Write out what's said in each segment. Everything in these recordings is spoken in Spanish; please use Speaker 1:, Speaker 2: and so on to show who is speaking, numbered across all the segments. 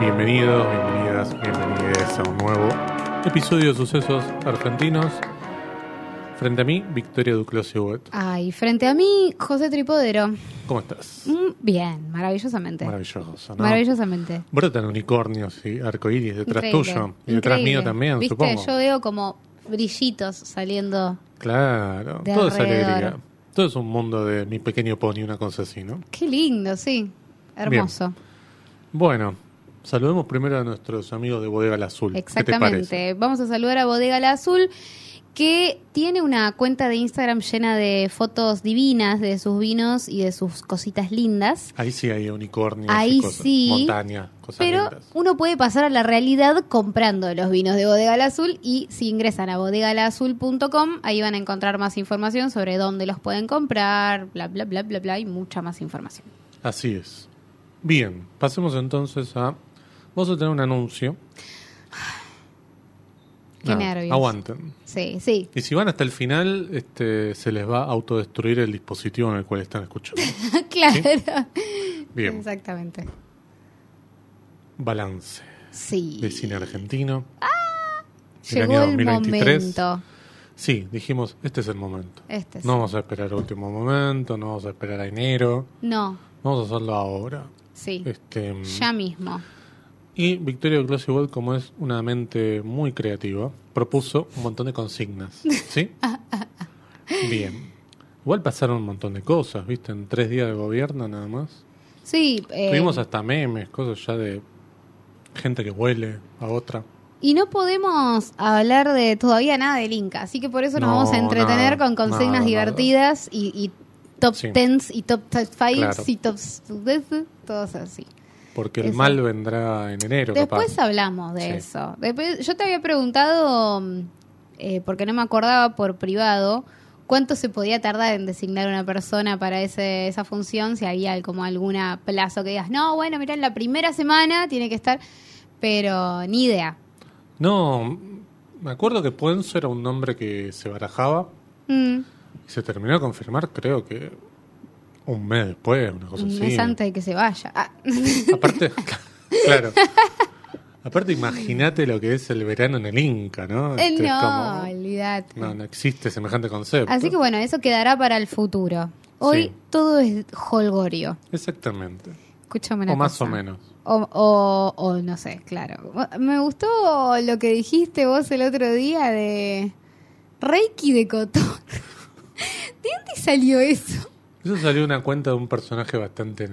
Speaker 1: Bienvenidos, bienvenidas, bienvenidas a un nuevo episodio de Sucesos Argentinos. Frente a mí, Victoria Duclosio Huet.
Speaker 2: Ay, frente a mí, José Tripodero.
Speaker 1: ¿Cómo estás?
Speaker 2: Mm, Bien, maravillosamente.
Speaker 1: Maravilloso, ¿no?
Speaker 2: Maravillosamente.
Speaker 1: Brotan unicornios y arcoíris detrás
Speaker 2: Increíble,
Speaker 1: tuyo y detrás
Speaker 2: increíble.
Speaker 1: mío también,
Speaker 2: Viste,
Speaker 1: supongo.
Speaker 2: yo veo como brillitos saliendo.
Speaker 1: Claro,
Speaker 2: De
Speaker 1: todo es
Speaker 2: alrededor.
Speaker 1: alegría. Todo es un mundo de mi pequeño pony, una cosa así, ¿no?
Speaker 2: Qué lindo, sí. Hermoso.
Speaker 1: Bueno, saludemos primero a nuestros amigos de Bodega al Azul. ¿Qué te parece?
Speaker 2: Exactamente. Vamos a saludar a Bodega La Azul, que tiene una cuenta de Instagram llena de fotos divinas de sus vinos y de sus cositas lindas.
Speaker 1: Ahí sí hay unicornios,
Speaker 2: Ahí
Speaker 1: y cosas,
Speaker 2: sí,
Speaker 1: montaña, cosas
Speaker 2: Pero
Speaker 1: lindas.
Speaker 2: uno puede pasar a la realidad comprando los vinos de Bodega al Azul y si ingresan a bodegalazul.com ahí van a encontrar más información sobre dónde los pueden comprar, bla, bla, bla, bla, bla, y mucha más información.
Speaker 1: Así es. Bien, pasemos entonces a. Vamos a tener un anuncio.
Speaker 2: Qué nervios.
Speaker 1: Aguanten.
Speaker 2: Sí, sí.
Speaker 1: Y si van hasta el final, este, se les va a autodestruir el dispositivo en el cual están escuchando.
Speaker 2: claro.
Speaker 1: Bien,
Speaker 2: Exactamente.
Speaker 1: balance
Speaker 2: Sí.
Speaker 1: del cine argentino. del
Speaker 2: Ah, Llegó
Speaker 1: año
Speaker 2: el
Speaker 1: 2023.
Speaker 2: momento.
Speaker 1: Sí, dijimos, este es el momento.
Speaker 2: Este es-
Speaker 1: No vamos a esperar a último momento, no vamos a esperar a enero.
Speaker 2: No,
Speaker 1: Vamos a hacerlo ahora.
Speaker 2: sí.
Speaker 1: Este,
Speaker 2: Ya mismo.
Speaker 1: Y Victoria Glossy Gold, como es una mente muy creativa, propuso un montón de consignas. ¿Sí?
Speaker 2: Ah,
Speaker 1: Bien. Igual pasaron un montón de cosas, ¿viste? En tres días de gobierno nada más.
Speaker 2: Sí. eh,
Speaker 1: Tuvimos hasta memes, cosas ya de gente que huele a otra.
Speaker 2: Y no podemos hablar de todavía nada del Inca, así que por eso nos
Speaker 1: No,
Speaker 2: vamos a
Speaker 1: nada,
Speaker 2: entretener con
Speaker 1: nada,
Speaker 2: consignas divertidas Y, y top
Speaker 1: Sí.
Speaker 2: tens y top fives
Speaker 1: Claro.
Speaker 2: y top todos así.
Speaker 1: Porque el
Speaker 2: Eso.
Speaker 1: mal vendrá en enero,
Speaker 2: Después
Speaker 1: capaz.
Speaker 2: hablamos de
Speaker 1: Sí.
Speaker 2: eso. Después- yo te había preguntado, mm, eh, porque no me acordaba por privado, cuánto se podía tardar en designar una persona para ese, esa función, si había como alguna plazo que digas, no, bueno, mira, en la primera semana tiene que estar, pero ni idea.
Speaker 1: No, me acuerdo que Puenzo era un nombre que se barajaba
Speaker 2: Mm.
Speaker 1: y se terminó de confirmar, creo que un mes después, una cosa
Speaker 2: Un
Speaker 1: así.
Speaker 2: mes antes de que se vaya. Ah,
Speaker 1: Aparte, claro. Aparte, imagínate lo que es el verano en el Inca, ¿no?
Speaker 2: eh,
Speaker 1: Este, es
Speaker 2: no,
Speaker 1: como-
Speaker 2: olvídate.
Speaker 1: no, no existe semejante concepto.
Speaker 2: Así que bueno, eso quedará para el futuro. Hoy
Speaker 1: Sí.
Speaker 2: todo es holgorio.
Speaker 1: Exactamente.
Speaker 2: Escúchame una
Speaker 1: o más
Speaker 2: cosa.
Speaker 1: o menos.
Speaker 2: O, o- o no sé, claro. Me gustó lo que dijiste vos el otro día de Reiki de Cotón. ¿De dónde salió eso?
Speaker 1: Eso salió una cuenta de un personaje bastante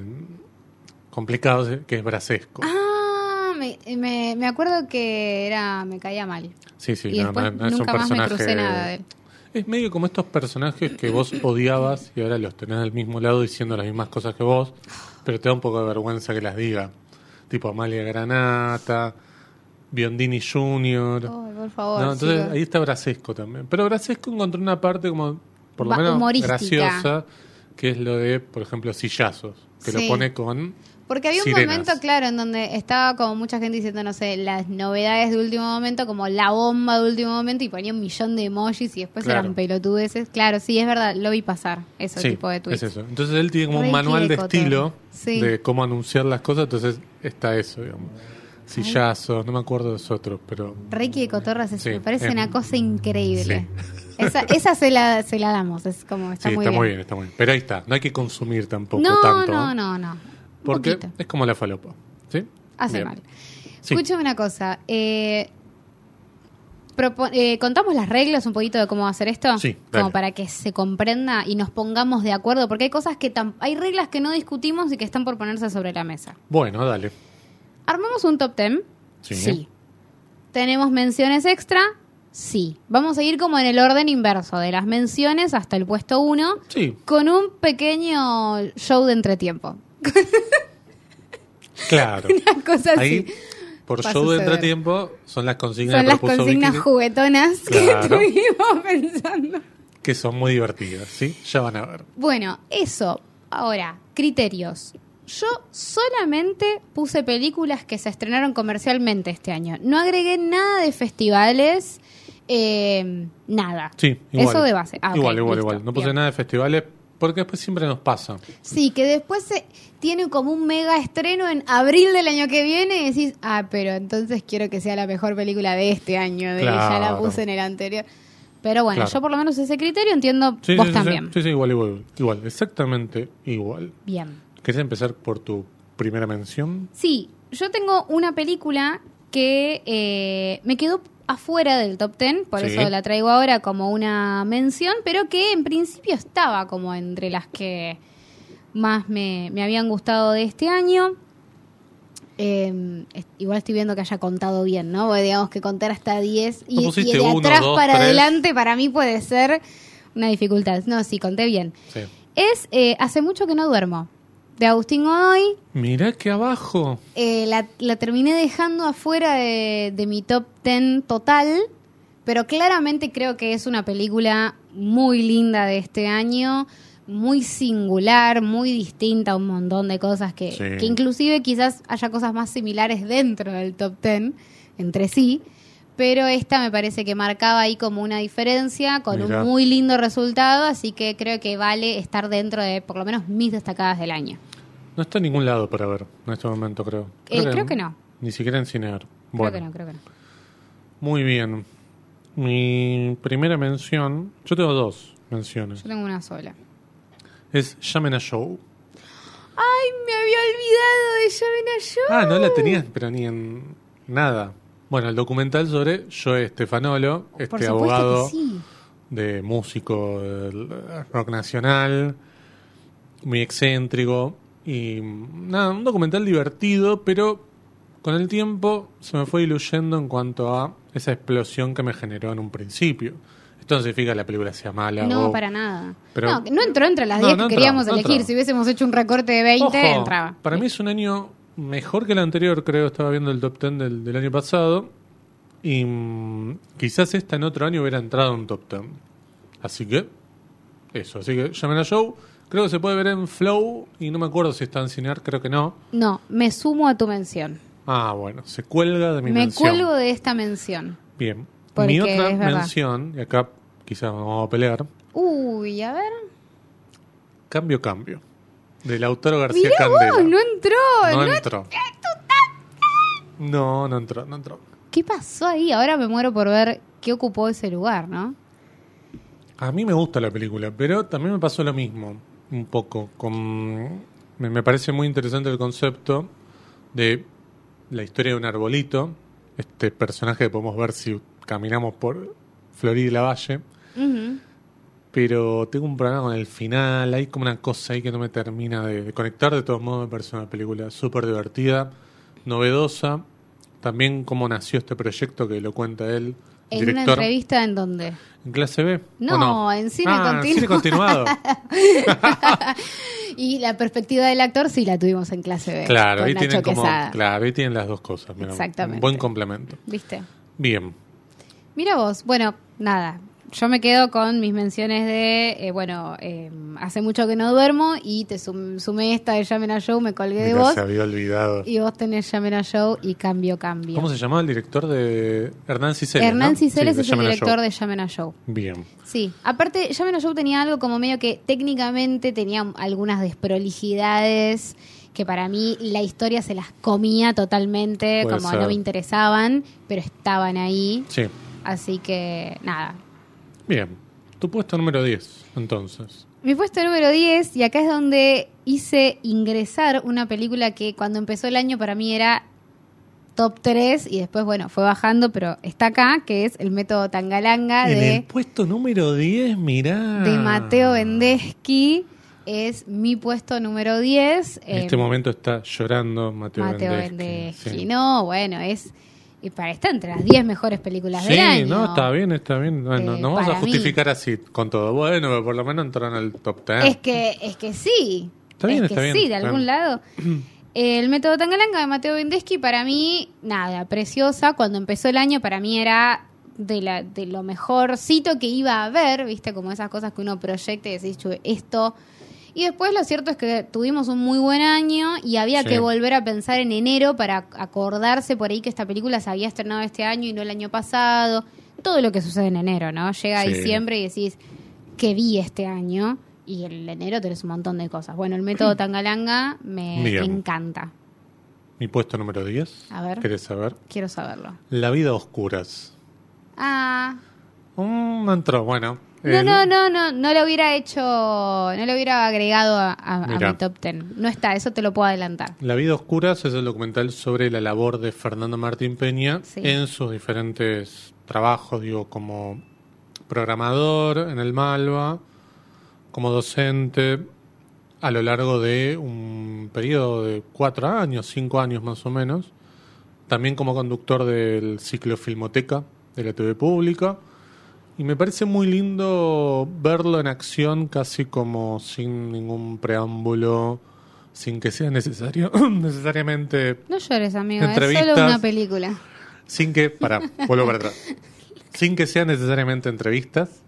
Speaker 1: complicado que es Brasesco.
Speaker 2: Ah, me, me- me acuerdo que era me caía mal.
Speaker 1: sí, sí,
Speaker 2: y
Speaker 1: no,
Speaker 2: después
Speaker 1: no, no es un
Speaker 2: nunca más me
Speaker 1: personaje.
Speaker 2: crucé nada de él.
Speaker 1: Es medio como estos personajes que vos odiabas y ahora los tenés al mismo lado diciendo las mismas cosas que vos, pero te da un poco de vergüenza que las diga. Tipo Amalia Granata, Biondini Jr.
Speaker 2: Ay, por favor.
Speaker 1: No, entonces
Speaker 2: chicos.
Speaker 1: ahí está Brasesco también. Pero Brasesco encontró una parte como, por lo
Speaker 2: Va-
Speaker 1: menos,
Speaker 2: humorística.
Speaker 1: graciosa, que es lo de, por ejemplo, sillazos, que
Speaker 2: Sí.
Speaker 1: lo pone con...
Speaker 2: Porque había un
Speaker 1: Sirenas.
Speaker 2: momento, claro, en donde estaba como mucha gente diciendo, no sé, las novedades de último momento, como la bomba de último momento, y ponía un millón de emojis y después
Speaker 1: Claro.
Speaker 2: eran pelotudeces. Claro, sí, es verdad, lo vi pasar, ese
Speaker 1: Sí,
Speaker 2: tipo de tweets.
Speaker 1: es eso. Entonces él tiene como un
Speaker 2: Reiki
Speaker 1: manual de
Speaker 2: de Cotton.
Speaker 1: estilo
Speaker 2: Sí.
Speaker 1: de cómo anunciar las cosas, entonces está eso, digamos. Sillazos, no me acuerdo de los otros, pero...
Speaker 2: Reiki de Cotorras, eso
Speaker 1: Sí,
Speaker 2: me parece
Speaker 1: em.
Speaker 2: una cosa increíble. Esa, esa se, la, se la damos, es como, está,
Speaker 1: sí,
Speaker 2: muy,
Speaker 1: está
Speaker 2: bien.
Speaker 1: muy bien, está muy bien. Pero ahí está, no hay que consumir tampoco
Speaker 2: No,
Speaker 1: tanto. ¿eh?
Speaker 2: no, no, no. Un
Speaker 1: Porque
Speaker 2: poquito.
Speaker 1: es como la falopa, ¿sí?
Speaker 2: Hace
Speaker 1: Bien.
Speaker 2: mal.
Speaker 1: Sí.
Speaker 2: Escúchame una cosa. eh, propo- eh, contamos las reglas un poquito de cómo hacer esto.
Speaker 1: Sí, dale.
Speaker 2: Como para que se comprenda y nos pongamos de acuerdo. Porque hay cosas que. tam- Hay reglas que no discutimos y que están por ponerse sobre la mesa.
Speaker 1: Bueno, dale.
Speaker 2: ¿Armamos un top ten?
Speaker 1: Sí.
Speaker 2: ¿Tenemos menciones extra? Sí. Vamos a ir como en el orden inverso, de las menciones hasta el puesto 1,
Speaker 1: Sí,
Speaker 2: con un pequeño show de entretiempo.
Speaker 1: claro.
Speaker 2: Una cosa
Speaker 1: Ahí,
Speaker 2: así.
Speaker 1: por
Speaker 2: Va a
Speaker 1: show de
Speaker 2: suceder.
Speaker 1: entretiempo, son las consignas
Speaker 2: Son
Speaker 1: que
Speaker 2: las
Speaker 1: propuso
Speaker 2: consignas
Speaker 1: Vicky,
Speaker 2: juguetonas
Speaker 1: Claro.
Speaker 2: que estuvimos pensando.
Speaker 1: que son muy divertidas, ¿sí? Ya van a ver.
Speaker 2: Bueno, eso. Ahora, criterios. Yo solamente puse películas que se estrenaron comercialmente este año. No agregué nada de festivales, eh, nada.
Speaker 1: Sí, igual.
Speaker 2: Eso de base. Ah, ok,
Speaker 1: igual, igual,
Speaker 2: listo,
Speaker 1: igual. No puse
Speaker 2: bien.
Speaker 1: nada de festivales porque después siempre nos pasa.
Speaker 2: Sí, que después se, tiene como un mega estreno en abril del año que viene y decís, ah, pero entonces quiero que sea la mejor película de este año, de ya la
Speaker 1: Claro.
Speaker 2: puse en el anterior. Pero bueno,
Speaker 1: Claro.
Speaker 2: yo por lo menos ese criterio entiendo
Speaker 1: Sí,
Speaker 2: vos
Speaker 1: sí, sí,
Speaker 2: también.
Speaker 1: Sí, sí, igual, igual, igual, exactamente igual.
Speaker 2: Bien.
Speaker 1: ¿Querés empezar por tu primera mención?
Speaker 2: Sí, yo tengo una película que eh, me quedó afuera del top 10, por
Speaker 1: Sí.
Speaker 2: eso la traigo ahora como una mención, pero que en principio estaba como entre las que más me, me habían gustado de este año. Eh, es- igual estoy viendo que haya contado bien, ¿no? Porque digamos que contar hasta
Speaker 1: Vos
Speaker 2: 10 y, y
Speaker 1: pusiste
Speaker 2: de
Speaker 1: uno,
Speaker 2: atrás
Speaker 1: dos,
Speaker 2: para
Speaker 1: tres.
Speaker 2: adelante para mí puede ser una dificultad. No, sí, conté bien.
Speaker 1: Sí.
Speaker 2: Es eh, Hace mucho que no duermo, de Agustín Godoy,
Speaker 1: Mirá que abajo.
Speaker 2: eh, la, la terminé dejando afuera de, de mi top 10 total, pero claramente creo que es una película muy linda de este año, muy singular, muy distinta a un montón de cosas que,
Speaker 1: Sí.
Speaker 2: que inclusive quizás haya cosas más similares dentro del top 10 entre sí. Pero esta me parece que marcaba ahí como una diferencia, con
Speaker 1: Mirá.
Speaker 2: un muy lindo resultado, así que creo que vale estar dentro de por lo menos mis destacadas del año.
Speaker 1: No está en ningún lado para ver en este momento, creo.
Speaker 2: Eh, creo que no.
Speaker 1: Ni siquiera en Cinear.
Speaker 2: Creo
Speaker 1: Bueno,
Speaker 2: que no, creo que no.
Speaker 1: muy bien. Mi primera mención, yo tengo dos menciones.
Speaker 2: Yo tengo una sola.
Speaker 1: Es Llamen a Show.
Speaker 2: ¡Ay, me había olvidado de Llamen a Joe!
Speaker 1: Ah, no la tenías, pero ni en nada. Bueno, el documental sobre Joe Stefanolo,
Speaker 2: Por
Speaker 1: este
Speaker 2: supuesto
Speaker 1: abogado
Speaker 2: que sí.
Speaker 1: de músico del rock nacional, muy excéntrico. Y nada, un documental divertido, pero con el tiempo se me fue diluyendo en cuanto a esa explosión que me generó en un principio. Esto no significa que la película sea mala.
Speaker 2: No,
Speaker 1: o-
Speaker 2: para nada.
Speaker 1: Pero-
Speaker 2: no, no entró entre las
Speaker 1: No,
Speaker 2: 10
Speaker 1: no
Speaker 2: que
Speaker 1: entró,
Speaker 2: queríamos
Speaker 1: no
Speaker 2: elegir.
Speaker 1: entró.
Speaker 2: Si hubiésemos hecho un recorte de 20,
Speaker 1: Ojo,
Speaker 2: entraba.
Speaker 1: Para mí es un año mejor que el anterior, creo. Estaba viendo el top 10 del, del año pasado. Y mm, quizás esta en otro año hubiera entrado en top 10. Así que, eso. Así que llamen a Joe. Creo que se puede ver en Flow. Y no me acuerdo si está en Cinear, creo que no.
Speaker 2: No, me sumo a tu mención.
Speaker 1: Ah, bueno, se cuelga de mi
Speaker 2: me
Speaker 1: mención.
Speaker 2: cuelgo de esta mención.
Speaker 1: Bien.
Speaker 2: Porque
Speaker 1: mi otra
Speaker 2: es verdad.
Speaker 1: mención, y acá quizás vamos a pelear.
Speaker 2: Uy, a ver.
Speaker 1: Cambio, cambio. Del autor García
Speaker 2: Mirá
Speaker 1: Candela.
Speaker 2: vos, no entró.
Speaker 1: no,
Speaker 2: no-
Speaker 1: entró. No, no entró, no entró.
Speaker 2: ¿Qué pasó ahí? Ahora me muero por ver qué ocupó ese lugar, ¿no?
Speaker 1: A mí me gusta la película, pero también me pasó lo mismo, un poco. Con... Me, me parece muy interesante el concepto de la historia de un arbolito, este personaje que podemos ver si caminamos por Florida y la Valle,
Speaker 2: Ujú.
Speaker 1: pero tengo un problema con el final, hay como una cosa ahí que no me termina de, de conectar, de todos modos me parece una película súper divertida, novedosa, también cómo nació este proyecto que lo cuenta él,
Speaker 2: En una
Speaker 1: director,
Speaker 2: entrevista en donde.
Speaker 1: en clase B. ¿o
Speaker 2: No, en cine
Speaker 1: Ah, en cine continuado.
Speaker 2: Y la perspectiva del actor sí la tuvimos en clase B.
Speaker 1: Claro,
Speaker 2: con
Speaker 1: ahí
Speaker 2: Nacho
Speaker 1: tienen como,
Speaker 2: Quesada.
Speaker 1: claro, ahí tienen las dos cosas. mira,
Speaker 2: Exactamente.
Speaker 1: Un buen complemento.
Speaker 2: ¿Viste?
Speaker 1: Bien.
Speaker 2: Mira vos, bueno, nada. Yo me quedo con mis menciones de, eh, bueno, eh, hace mucho que no duermo y te sum- sumé esta de Llamen a Show, me colgué de
Speaker 1: Mirá,
Speaker 2: vos
Speaker 1: se había olvidado.
Speaker 2: y vos tenés Llamen a Show y cambio, cambio.
Speaker 1: ¿Cómo se llamaba el director de Hernán Ciceres?
Speaker 2: Hernán
Speaker 1: ¿no?
Speaker 2: Ciceres
Speaker 1: Sí, de
Speaker 2: es el
Speaker 1: Llamen a
Speaker 2: director
Speaker 1: Joe.
Speaker 2: de Llamen a Show.
Speaker 1: Bien.
Speaker 2: Sí, aparte, Llamen a Show tenía algo como medio que técnicamente tenía algunas desprolijidades que para mí la historia se las comía totalmente,
Speaker 1: Puede
Speaker 2: como
Speaker 1: ser.
Speaker 2: no me interesaban, pero estaban ahí.
Speaker 1: Sí.
Speaker 2: Así que, nada,
Speaker 1: Bien. Tu puesto número 10, entonces.
Speaker 2: Mi puesto número 10, y acá es donde hice ingresar una película que cuando empezó el año para mí era top 3 y después, bueno, fue bajando, pero está acá, que es El método Tangalanga
Speaker 1: en el
Speaker 2: Ah, de,
Speaker 1: puesto número 10, mirá.
Speaker 2: de Mateo Vendesky. Es mi puesto número 10.
Speaker 1: En
Speaker 2: eh,
Speaker 1: este momento está llorando Mateo,
Speaker 2: Mateo
Speaker 1: Vendesky.
Speaker 2: Vendesky.
Speaker 1: Sí.
Speaker 2: No, bueno, es. Y para está entre las 10 mejores películas
Speaker 1: Sí,
Speaker 2: del año.
Speaker 1: no, está bien, está bien. No, no-
Speaker 2: Eh,
Speaker 1: no vamos
Speaker 2: para
Speaker 1: a
Speaker 2: mí.
Speaker 1: justificar así con todo. Bueno, pero por lo menos entró en el top 10.
Speaker 2: Es que, es que sí.
Speaker 1: Está bien,
Speaker 2: es que
Speaker 1: está bien,
Speaker 2: sí, de
Speaker 1: está
Speaker 2: algún
Speaker 1: bien.
Speaker 2: lado. El método Tangalanga de Mateo Vendesky para mí, nada, preciosa. Cuando empezó el año para mí era de, la, de lo mejorcito que iba a haber, viste, como esas cosas que uno proyecta y decís, "Chu, esto... Y después lo cierto es que tuvimos un muy buen año y había
Speaker 1: Sí.
Speaker 2: que volver a pensar en enero para acordarse por ahí que esta película se había estrenado este año y no el año pasado. Todo lo que sucede en enero, ¿no? Llega
Speaker 1: Sí.
Speaker 2: diciembre y decís, que vi este año Y el enero tenés un montón de cosas. Bueno, el método Tangalanga me
Speaker 1: Mm. Bien.
Speaker 2: encanta.
Speaker 1: Mi puesto número 10.
Speaker 2: A ver.
Speaker 1: ¿Querés saber?
Speaker 2: Quiero saberlo.
Speaker 1: La vida a oscuras.
Speaker 2: Ah.
Speaker 1: Un mantra, bueno. eh,
Speaker 2: No,
Speaker 1: el-
Speaker 2: no, no, no, no lo hubiera hecho, no lo hubiera agregado a, a- a
Speaker 1: Mirá.
Speaker 2: mi top ten. No está, eso te lo puedo adelantar.
Speaker 1: La vida a oscuras es el documental sobre la labor de Fernando Martín Peña
Speaker 2: Sí.
Speaker 1: en sus diferentes trabajos, digo, como programador en el Malva, como docente, a lo largo de un periodo de cuatro años, cinco años más o menos, también como conductor del ciclo Filmoteca de la TV Pública. Y me parece muy lindo verlo en acción, casi como sin ningún preámbulo, sin que sea necesario, necesariamente,
Speaker 2: No llores, amigo, es
Speaker 1: Entrevistas.
Speaker 2: solo una película.
Speaker 1: sin que, para, vuelvo para atrás, sin que sea necesariamente entrevistas.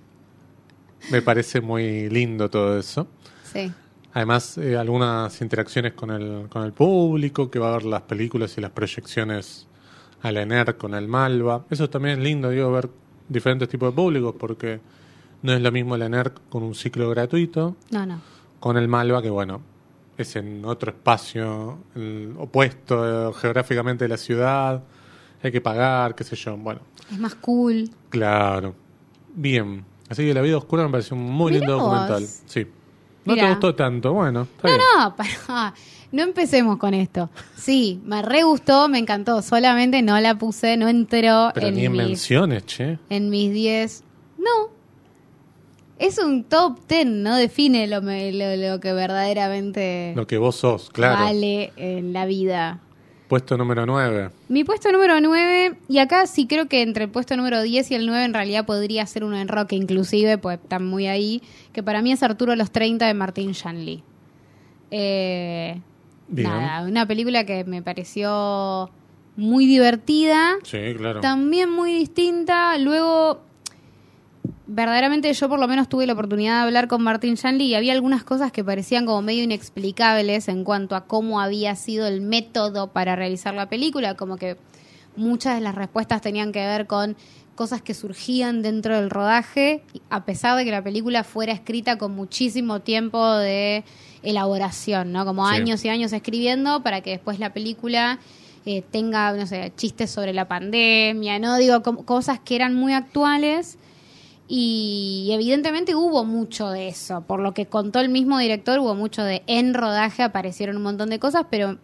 Speaker 1: Me parece muy lindo todo eso.
Speaker 2: Sí.
Speaker 1: Además, eh, algunas interacciones con el, con el público que va a ver las películas y las proyecciones a la ENER con el Malva. Eso también es lindo, digo, ver diferentes tipos de públicos porque no es lo mismo la ENER con un ciclo gratuito,
Speaker 2: No, no.
Speaker 1: con el Malva que, bueno, es en otro espacio el opuesto eh, geográficamente de la ciudad, hay que pagar, qué sé yo. Bueno,
Speaker 2: Es más cool.
Speaker 1: claro. Bien. Así que La vida oscura me pareció un muy
Speaker 2: Mirá
Speaker 1: lindo
Speaker 2: vos.
Speaker 1: documental. Sí. No te
Speaker 2: Mirá.
Speaker 1: gustó tanto, bueno. Está bien.
Speaker 2: No, pará. No empecemos con esto. Sí, me re gustó, me encantó. Solamente no la puse, no entró
Speaker 1: Pero
Speaker 2: en Eh.
Speaker 1: ni en
Speaker 2: mis,
Speaker 1: menciones, che.
Speaker 2: en mis 10. No. Es un top 10, no define lo, me- lo, lo que verdaderamente
Speaker 1: Lo que vos sos, claro.
Speaker 2: vale en la vida.
Speaker 1: Puesto número 9.
Speaker 2: Mi puesto número 9, y acá sí creo que entre el puesto número 10 y el 9 en realidad podría ser uno en rock inclusive, pues están muy ahí, que para mí es Arturo a los 30 de Martín Shanley. Eh,
Speaker 1: Bien.
Speaker 2: nada, una película que me pareció muy divertida,
Speaker 1: Sí, claro.
Speaker 2: también muy distinta, luego verdaderamente yo por lo menos tuve la oportunidad de hablar con Martin Shanley y había algunas cosas que parecían como medio inexplicables en cuanto a cómo había sido el método para realizar la película, como que muchas de las respuestas tenían que ver con cosas que surgían dentro del rodaje, y a pesar de que la película fuera escrita con muchísimo tiempo de elaboración, ¿no? Como
Speaker 1: Sí.
Speaker 2: años y años escribiendo para que después la película eh, tenga, no sé, chistes sobre la pandemia, ¿no? Digo, com- cosas que eran muy actuales. Y evidentemente hubo mucho de eso. Por lo que contó el mismo director, hubo mucho de en rodaje, aparecieron un montón de cosas, pero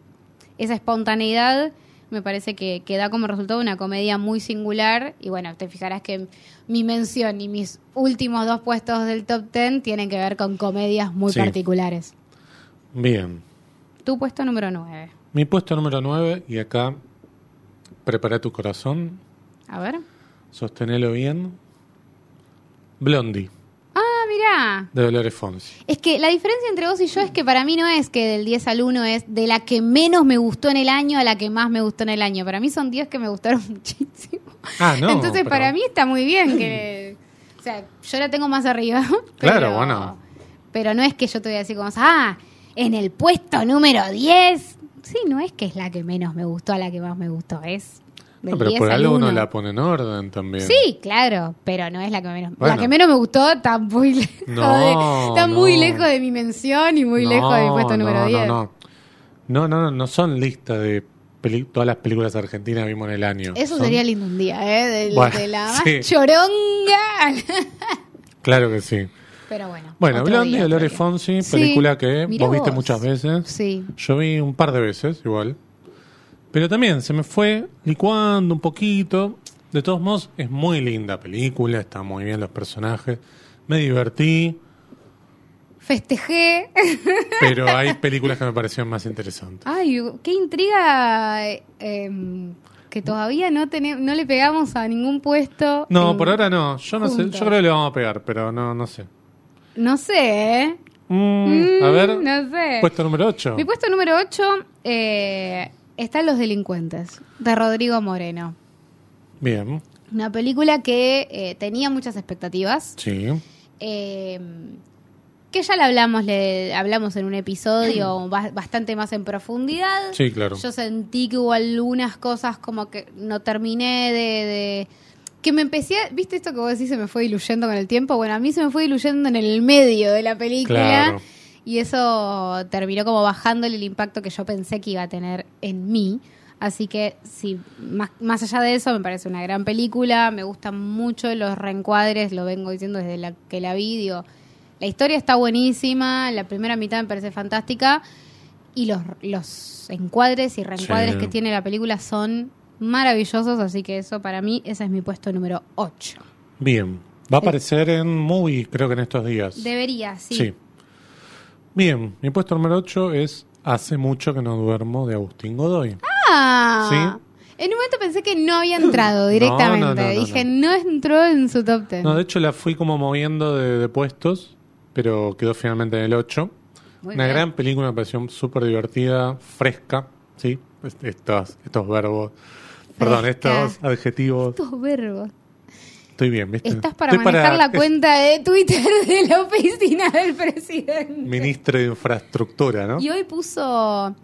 Speaker 2: esa espontaneidad me parece que, que da como resultado una comedia muy singular. Y bueno, te fijarás que mi mención y mis últimos dos puestos del top ten tienen que ver con comedias muy
Speaker 1: Sí.
Speaker 2: particulares.
Speaker 1: Bien.
Speaker 2: Tu puesto número 9.
Speaker 1: Mi puesto número 9, y acá prepara tu corazón,
Speaker 2: A ver.
Speaker 1: sostenelo bien. Blondie,
Speaker 2: Ah, mirá.
Speaker 1: de Dolores Fonsi.
Speaker 2: Es que la diferencia entre vos y yo es que para mí no es que del 10 al 1 es de la que menos me gustó en el año a la que más me gustó en el año. Para mí son 10 que me gustaron muchísimo.
Speaker 1: Ah, no.
Speaker 2: Entonces
Speaker 1: pero-
Speaker 2: para mí está muy bien que... O sea, yo la tengo más arriba. pero-
Speaker 1: Claro, bueno.
Speaker 2: Pero no es que yo te voy a decir como, ah, en el puesto número 10. Sí, no es que es la que menos me gustó a la que más me gustó, es...
Speaker 1: No,
Speaker 2: del
Speaker 1: pero
Speaker 2: 10
Speaker 1: por
Speaker 2: al
Speaker 1: algo uno
Speaker 2: 1.
Speaker 1: la pone en orden también.
Speaker 2: Sí, claro, pero no es la que menos.
Speaker 1: Em. Bueno.
Speaker 2: La que menos me gustó está muy lejos,
Speaker 1: No,
Speaker 2: de, está
Speaker 1: no.
Speaker 2: muy lejos de mi mención y muy
Speaker 1: No,
Speaker 2: lejos de mi puesto
Speaker 1: no,
Speaker 2: número
Speaker 1: no,
Speaker 2: 10.
Speaker 1: No, no, no, no, no son listas de peli- todas las películas argentinas que vimos en el año.
Speaker 2: Eso
Speaker 1: Son-
Speaker 2: sería lindo un día, ¿eh? Del-
Speaker 1: Bueno,
Speaker 2: de la más
Speaker 1: sí.
Speaker 2: choronga.
Speaker 1: Claro que sí.
Speaker 2: Pero bueno.
Speaker 1: Bueno,
Speaker 2: otro
Speaker 1: Blondie
Speaker 2: día,
Speaker 1: de
Speaker 2: otro
Speaker 1: Lore
Speaker 2: día.
Speaker 1: Fonsi,
Speaker 2: Sí,
Speaker 1: película que
Speaker 2: mirá
Speaker 1: vos viste
Speaker 2: vos.
Speaker 1: muchas veces.
Speaker 2: Sí.
Speaker 1: Yo vi un par de veces igual. Pero también se me fue licuando un poquito. De todos modos, es muy linda película, está muy bien los personajes. Me divertí,
Speaker 2: Festejé.
Speaker 1: pero hay películas que me parecieron más interesantes.
Speaker 2: Ay, qué intriga eh, em, que todavía no, tene- no le pegamos a ningún puesto.
Speaker 1: No,
Speaker 2: en-
Speaker 1: por ahora no. Yo no sé,
Speaker 2: Juntos.
Speaker 1: yo creo que le vamos a pegar, pero no, no sé.
Speaker 2: No sé, ¿eh?
Speaker 1: Mm, a
Speaker 2: Mm,
Speaker 1: ver,
Speaker 2: No sé.
Speaker 1: puesto número 8.
Speaker 2: Mi puesto número 8 eh, está Los Delincuentes, de Rodrigo Moreno.
Speaker 1: Bien,
Speaker 2: Una película que eh, tenía muchas expectativas,
Speaker 1: sí.
Speaker 2: eh, que ya la hablamos, le hablamos en un episodio ba- bastante más en profundidad.
Speaker 1: Sí, claro.
Speaker 2: Yo sentí que hubo algunas cosas como que no terminé de, de- Que me empecé, a- viste esto que vos decís se me fue diluyendo con el tiempo, bueno, a mí se me fue diluyendo en el medio de la película
Speaker 1: Claro.
Speaker 2: y eso terminó como bajándole el impacto que yo pensé que iba a tener en mí. Así que sí, más, más allá de eso me parece una gran película, me gustan mucho los reencuadres, lo vengo diciendo desde la que la vi, digo, la historia está buenísima, la primera mitad me parece fantástica y los, los encuadres y reencuadres
Speaker 1: Sí.
Speaker 2: que tiene la película son maravillosos, así que eso para mí, ese es mi puesto número 8.
Speaker 1: Bien. Va a aparecer en Movie, creo que en estos días.
Speaker 2: Debería, sí.
Speaker 1: Bien, mi puesto número 8 es Hace mucho que no duermo de Agustín Godoy.
Speaker 2: Ah, En un momento pensé que no había entrado directamente.
Speaker 1: no, no, no,
Speaker 2: Dije, no. entró en su top ten.
Speaker 1: No, de hecho la fui como moviendo de, de puestos, pero quedó finalmente en el 8.
Speaker 2: Muy
Speaker 1: Una
Speaker 2: bien.
Speaker 1: gran película, me pareció súper divertida, fresca, ¿sí? Est- Estos, estos verbos, perdón,
Speaker 2: Fresca.
Speaker 1: estos adjetivos.
Speaker 2: Estos verbos.
Speaker 1: Estoy bien, ¿viste?
Speaker 2: Estás para
Speaker 1: Estoy
Speaker 2: manejar la
Speaker 1: es-
Speaker 2: cuenta de Twitter de la oficina del presidente.
Speaker 1: Ministro de Infraestructura, ¿no?
Speaker 2: Y hoy puso.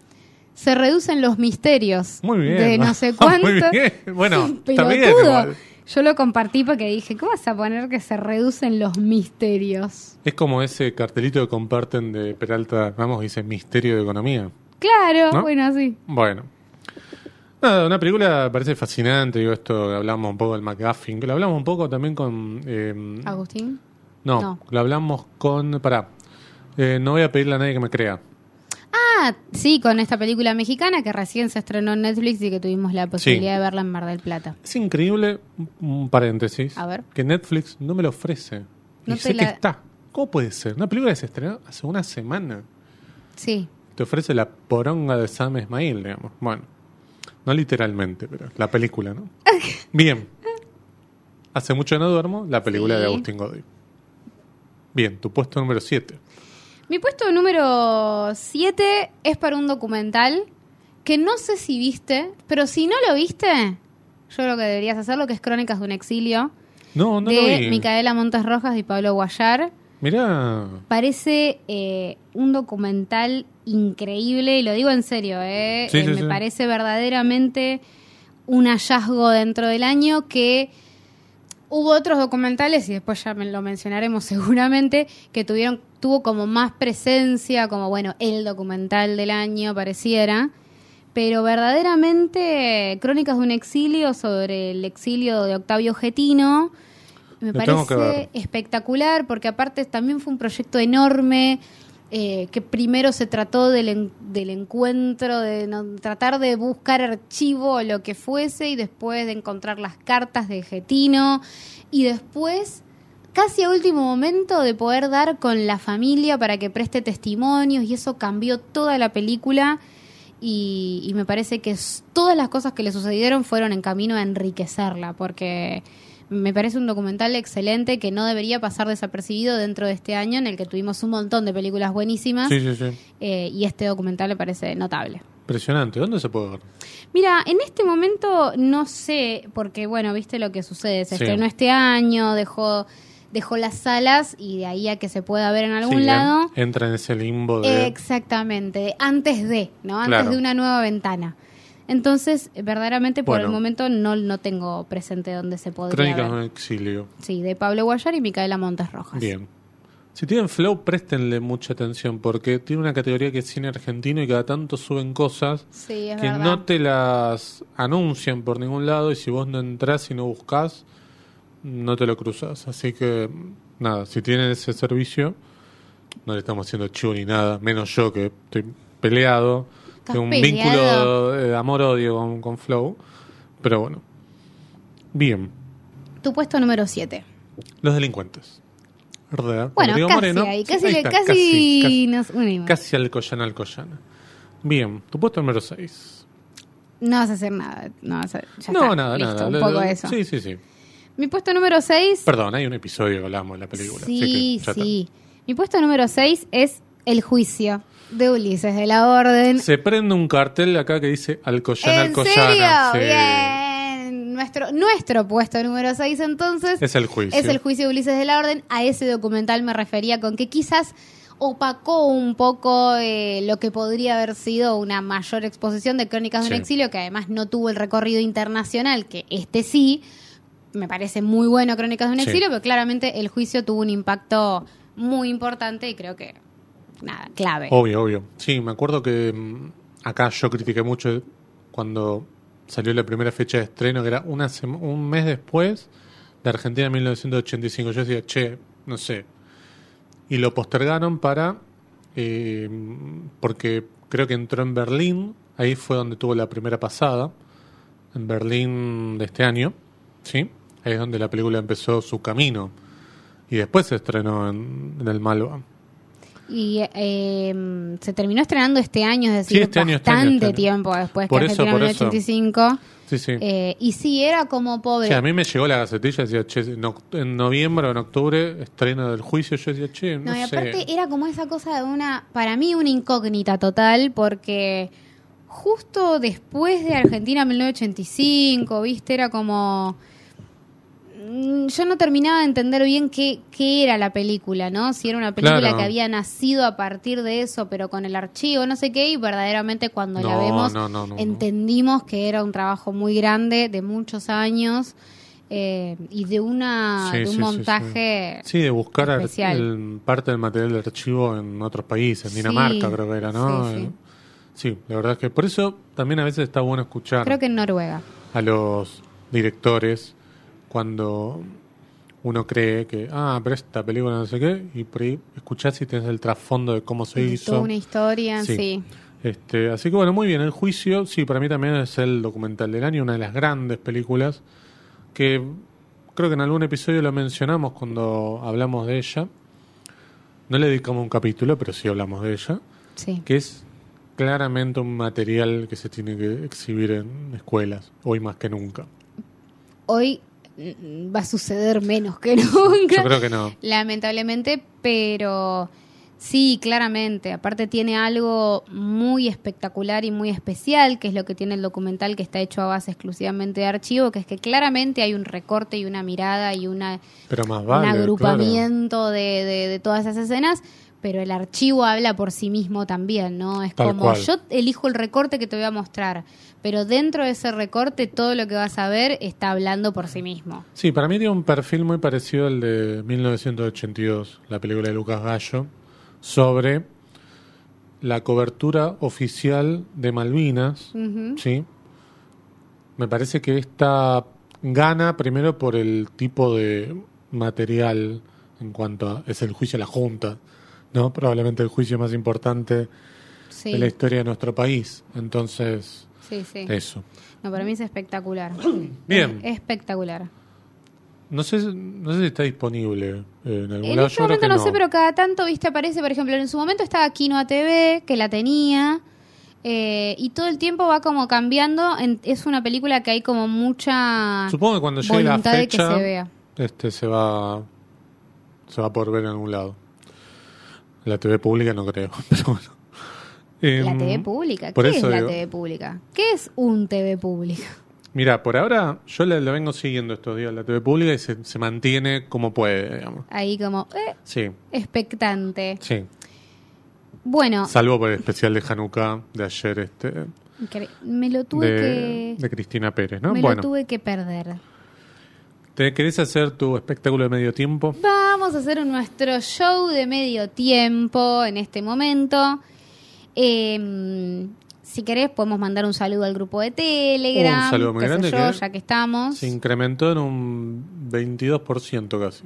Speaker 2: Se reducen los misterios.
Speaker 1: Muy bien.
Speaker 2: De no sé
Speaker 1: Muy
Speaker 2: cuánto.
Speaker 1: bien. Bueno,
Speaker 2: Sí,
Speaker 1: está bien,
Speaker 2: pelotudo.
Speaker 1: igual.
Speaker 2: Yo lo compartí porque dije, ¿cómo vas a poner que se reducen los misterios?
Speaker 1: Es como ese cartelito que comparten de Peralta, vamos, dice Misterio de Economía.
Speaker 2: Claro,
Speaker 1: ¿No?
Speaker 2: bueno, sí.
Speaker 1: Bueno. Nada, una película me parece fascinante, digo esto, hablamos un poco del McGuffin, que lo hablamos un poco también con... eh,
Speaker 2: Agustín.
Speaker 1: no,
Speaker 2: Ah, no.
Speaker 1: lo hablamos con... Pará, eh, no voy a pedirle a nadie que me crea.
Speaker 2: Ah, sí, con esta película mexicana que recién se estrenó en Netflix y que tuvimos la posibilidad de verla en Mar del Plata.
Speaker 1: Es increíble, un- un paréntesis,
Speaker 2: A ver.
Speaker 1: que Netflix no me lo ofrece.
Speaker 2: No
Speaker 1: y
Speaker 2: te
Speaker 1: sé
Speaker 2: la-
Speaker 1: que está. ¿Cómo puede ser? Una película que se estrenó hace una semana.
Speaker 2: Sí.
Speaker 1: Te ofrece la poronga de Sam Esmail, digamos. Bueno, no literalmente, pero la película, ¿no? Bien. Hace mucho que no duermo, la película
Speaker 2: Sí.
Speaker 1: de Agustín Godoy. Bien, tu puesto número 7.
Speaker 2: Mi puesto número 7 es para un documental que no sé si viste, pero si no lo viste, yo creo que deberías hacerlo, que es Crónicas de un exilio,
Speaker 1: No, no lo
Speaker 2: de
Speaker 1: vi.
Speaker 2: Micaela Montes Rojas y Pablo Guayar.
Speaker 1: Mirá.
Speaker 2: Parece eh, un documental increíble, y lo digo en serio, ¿eh?
Speaker 1: Sí,
Speaker 2: Eh,
Speaker 1: sí,
Speaker 2: me
Speaker 1: sí.
Speaker 2: parece verdaderamente un hallazgo dentro del año que hubo otros documentales, y después ya me- lo mencionaremos seguramente, que tuvieron, tuvo como más presencia, como bueno, el documental del año pareciera. Pero verdaderamente, Crónicas de un exilio sobre el exilio de Octavio Getino, me
Speaker 1: Lo tengo que
Speaker 2: parece
Speaker 1: ver.
Speaker 2: espectacular, porque aparte también fue un proyecto enorme, eh, que primero se trató del, en- del encuentro, de no- tratar de buscar archivo o lo que fuese, y después de encontrar las cartas de Getino, y después, casi a último momento, de poder dar con la familia para que preste testimonios, y eso cambió toda la película. Y, y me parece que s- todas las cosas que le sucedieron fueron en camino a enriquecerla, porque me parece un documental excelente que no debería pasar desapercibido dentro de este año en el que tuvimos un montón de películas buenísimas
Speaker 1: Sí, sí, sí.
Speaker 2: eh, y este documental me parece notable.
Speaker 1: Impresionante. ¿Dónde se puede ver?
Speaker 2: Mira, en este momento no sé, porque bueno, viste lo que sucede, se
Speaker 1: Sí.
Speaker 2: estrenó este año, dejó, dejó las salas y de ahí a que se pueda ver en algún
Speaker 1: Sí, en-
Speaker 2: lado.
Speaker 1: Entra en ese limbo de...
Speaker 2: Exactamente, de- antes de, ¿no? Antes
Speaker 1: Claro.
Speaker 2: de una nueva ventana. Entonces, verdaderamente por el
Speaker 1: Bueno.
Speaker 2: momento no, no tengo presente dónde se podría
Speaker 1: Crónicas de
Speaker 2: ver.
Speaker 1: un exilio.
Speaker 2: Sí, de Pablo Guayar y Micaela Montes Rojas.
Speaker 1: Bien. Si tienen Flow, préstenle mucha atención porque tiene una categoría que es cine argentino y cada tanto suben cosas
Speaker 2: Sí, es
Speaker 1: que
Speaker 2: verdad.
Speaker 1: no te las anuncian por ningún lado y si vos no entrás y no buscás, no te lo cruzas. Así que, nada, si tienen ese servicio, no le estamos haciendo chivo ni nada, menos yo que estoy peleado,
Speaker 2: Estás
Speaker 1: tengo un
Speaker 2: peleado.
Speaker 1: vínculo
Speaker 2: ¿eh?
Speaker 1: de amor-odio con, con Flow, pero bueno. Bien,
Speaker 2: Tu puesto número 7.
Speaker 1: los delincuentes. ¿Verdad?
Speaker 2: Bueno,
Speaker 1: Rodrigo
Speaker 2: casi
Speaker 1: Moreno.
Speaker 2: ahí,
Speaker 1: Sí,
Speaker 2: casi,
Speaker 1: ahí
Speaker 2: le-
Speaker 1: está,
Speaker 2: casi,
Speaker 1: casi,
Speaker 2: nos unimos.
Speaker 1: casi Alcoyana, Alcoyana. Bien, tu puesto número 6.
Speaker 2: No vas a hacer nada. No, vas a, ya
Speaker 1: no,
Speaker 2: está,
Speaker 1: nada,
Speaker 2: listo,
Speaker 1: nada.
Speaker 2: Un
Speaker 1: Lo-
Speaker 2: poco
Speaker 1: lo-
Speaker 2: eso.
Speaker 1: Sí, sí, sí.
Speaker 2: Mi puesto número 6.
Speaker 1: Perdón, hay un episodio que hablamos de la película. así
Speaker 2: Sí,
Speaker 1: que ya está.
Speaker 2: sí. Mi puesto número 6 es El juicio de Ulises de la Orden.
Speaker 1: Se prende un cartel acá que dice Alcoyana,
Speaker 2: ¿En
Speaker 1: Alcoyana.
Speaker 2: serio?
Speaker 1: sí.
Speaker 2: Bien. Nuestro, nuestro puesto número 6 entonces
Speaker 1: Es el juicio.
Speaker 2: es el juicio de Ulises de la Orden. A ese documental me refería con que quizás opacó un poco eh, lo que podría haber sido una mayor exposición de Crónicas de
Speaker 1: Sí.
Speaker 2: un Exilio, que además no tuvo el recorrido internacional, que este sí, me parece muy bueno Crónicas de un
Speaker 1: Sí.
Speaker 2: Exilio, pero claramente el juicio tuvo un impacto muy importante y creo que, nada, clave.
Speaker 1: Obvio, obvio. Sí, me acuerdo que mm, acá yo critiqué mucho cuando salió la primera fecha de estreno, que era una sema- un mes después de Argentina 1985. Yo decía, che, no sé. Y lo postergaron para. eh, porque creo que entró en Berlín. Ahí fue donde tuvo la primera pasada. En Berlín de este año. ¿Sí? Ahí es donde la película empezó su camino. Y después se estrenó en, en el Malva.
Speaker 2: Y eh, se terminó estrenando este año, es decir,
Speaker 1: Sí, este año, este año,
Speaker 2: bastante
Speaker 1: este año.
Speaker 2: tiempo después
Speaker 1: Por
Speaker 2: que
Speaker 1: eso,
Speaker 2: Argentina
Speaker 1: por
Speaker 2: 1985.
Speaker 1: Sí, sí.
Speaker 2: Eh, y sí, era como pobre.
Speaker 1: Sí, a mí me llegó la gacetilla y decía, che, en, oct- en noviembre o en octubre estreno del juicio. Yo decía, che, no,
Speaker 2: No, y
Speaker 1: sé.
Speaker 2: aparte era como esa cosa de una, para mí una incógnita total, porque justo después de Argentina 1985, viste, era como... mm, Yo no terminaba de entender bien qué, qué era la película, ¿no? Si era una película
Speaker 1: Claro.
Speaker 2: que había nacido a partir de eso, pero con el archivo, no sé qué, y verdaderamente cuando la
Speaker 1: No,
Speaker 2: vemos
Speaker 1: no, no, no, no.
Speaker 2: entendimos que era un trabajo muy grande, de muchos años, eh, y de, una,
Speaker 1: Sí,
Speaker 2: de un
Speaker 1: sí, sí, sí.
Speaker 2: montaje...
Speaker 1: Sí, de buscar ar-
Speaker 2: eh, especial.
Speaker 1: el- parte del material de archivo en otros países, en
Speaker 2: Sí,
Speaker 1: Dinamarca creo que era, ¿no?
Speaker 2: sí, sí.
Speaker 1: Eh, Sí, la verdad es que por eso también a veces está bueno escuchar
Speaker 2: Creo que en Noruega.
Speaker 1: a los directores cuando uno cree que, ah, pero esta película no sé qué, y por ahí escuchás y tenés el trasfondo de cómo se
Speaker 2: De
Speaker 1: hizo.
Speaker 2: Toda una historia,
Speaker 1: Sí.
Speaker 2: sí.
Speaker 1: Este, así que bueno, muy bien, el juicio, sí, para mí también es el documental del año, una de las grandes películas, que creo que en algún episodio lo mencionamos cuando hablamos de ella. No le dedicamos un capítulo, pero sí hablamos de ella,
Speaker 2: sí.
Speaker 1: que es claramente un material que se tiene que exhibir en escuelas, hoy más que nunca.
Speaker 2: Hoy mm, va a suceder menos que nunca.
Speaker 1: Yo creo que no.
Speaker 2: Lamentablemente, pero sí, claramente. Aparte tiene algo muy espectacular y muy especial, que es lo que tiene el documental que está hecho a base exclusivamente de archivo, que es que claramente hay un recorte y una mirada y una
Speaker 1: Pero más
Speaker 2: un
Speaker 1: vale. claro.
Speaker 2: agrupamiento de, de- de todas esas escenas, pero el archivo habla por sí mismo también, ¿no? Es
Speaker 1: Tal
Speaker 2: como
Speaker 1: cual.
Speaker 2: yo elijo el recorte que te voy a mostrar, pero dentro de ese recorte todo lo que vas a ver está hablando por sí mismo.
Speaker 1: Sí, para mí tiene un perfil muy parecido al de 1982, la película de Lucas Gallo, sobre la cobertura oficial de Malvinas.
Speaker 2: Ujú.
Speaker 1: Sí. Me parece que esta gana primero por el tipo de material en cuanto a. Es el juicio a la Junta, ¿no? Probablemente el juicio más importante
Speaker 2: Sí,
Speaker 1: de la historia de nuestro país. Entonces,
Speaker 2: sí, sí. Eh,
Speaker 1: eso.
Speaker 2: No, para mí es espectacular.
Speaker 1: Bien.
Speaker 2: Es espectacular.
Speaker 1: No sé, no sé si está disponible eh, en algún
Speaker 2: En
Speaker 1: lado.
Speaker 2: este
Speaker 1: Yo creo
Speaker 2: momento
Speaker 1: que
Speaker 2: no, sé, pero cada tanto, viste, aparece, por ejemplo, en su momento estaba Quinoa TV, que la tenía, eh, y todo el tiempo va como cambiando. En- es una película que hay como mucha...
Speaker 1: Supongo que cuando llegue la
Speaker 2: Ah, voluntad de que
Speaker 1: fecha,
Speaker 2: se vea.
Speaker 1: este se va se va por ver en algún lado. La TV pública no creo, pero bueno.
Speaker 2: La
Speaker 1: Em,
Speaker 2: TV pública.
Speaker 1: por
Speaker 2: ¿Qué es
Speaker 1: eso
Speaker 2: la
Speaker 1: digo-
Speaker 2: TV pública? ¿Qué es un TV pública?
Speaker 1: Mira, por ahora yo la, la vengo siguiendo estos días la TV pública y se, se mantiene como puede, digamos.
Speaker 2: Ahí como, eh,
Speaker 1: Sí,
Speaker 2: expectante.
Speaker 1: sí.
Speaker 2: Bueno,
Speaker 1: Salvo por el especial de Hanukkah de ayer este
Speaker 2: incre- me lo tuve
Speaker 1: de,
Speaker 2: que...
Speaker 1: de Cristina Pérez, ¿no?
Speaker 2: me
Speaker 1: bueno,
Speaker 2: lo tuve que perder.
Speaker 1: ¿te querés hacer tu espectáculo de medio tiempo?
Speaker 2: Vamos a hacer nuestro show de medio tiempo en este momento. Eh, si querés, podemos mandar un saludo al grupo de Telegram.
Speaker 1: Un saludo muy
Speaker 2: qué sé
Speaker 1: grande
Speaker 2: yo,
Speaker 1: que-
Speaker 2: ya que estamos.
Speaker 1: Se incrementó en un 22% casi.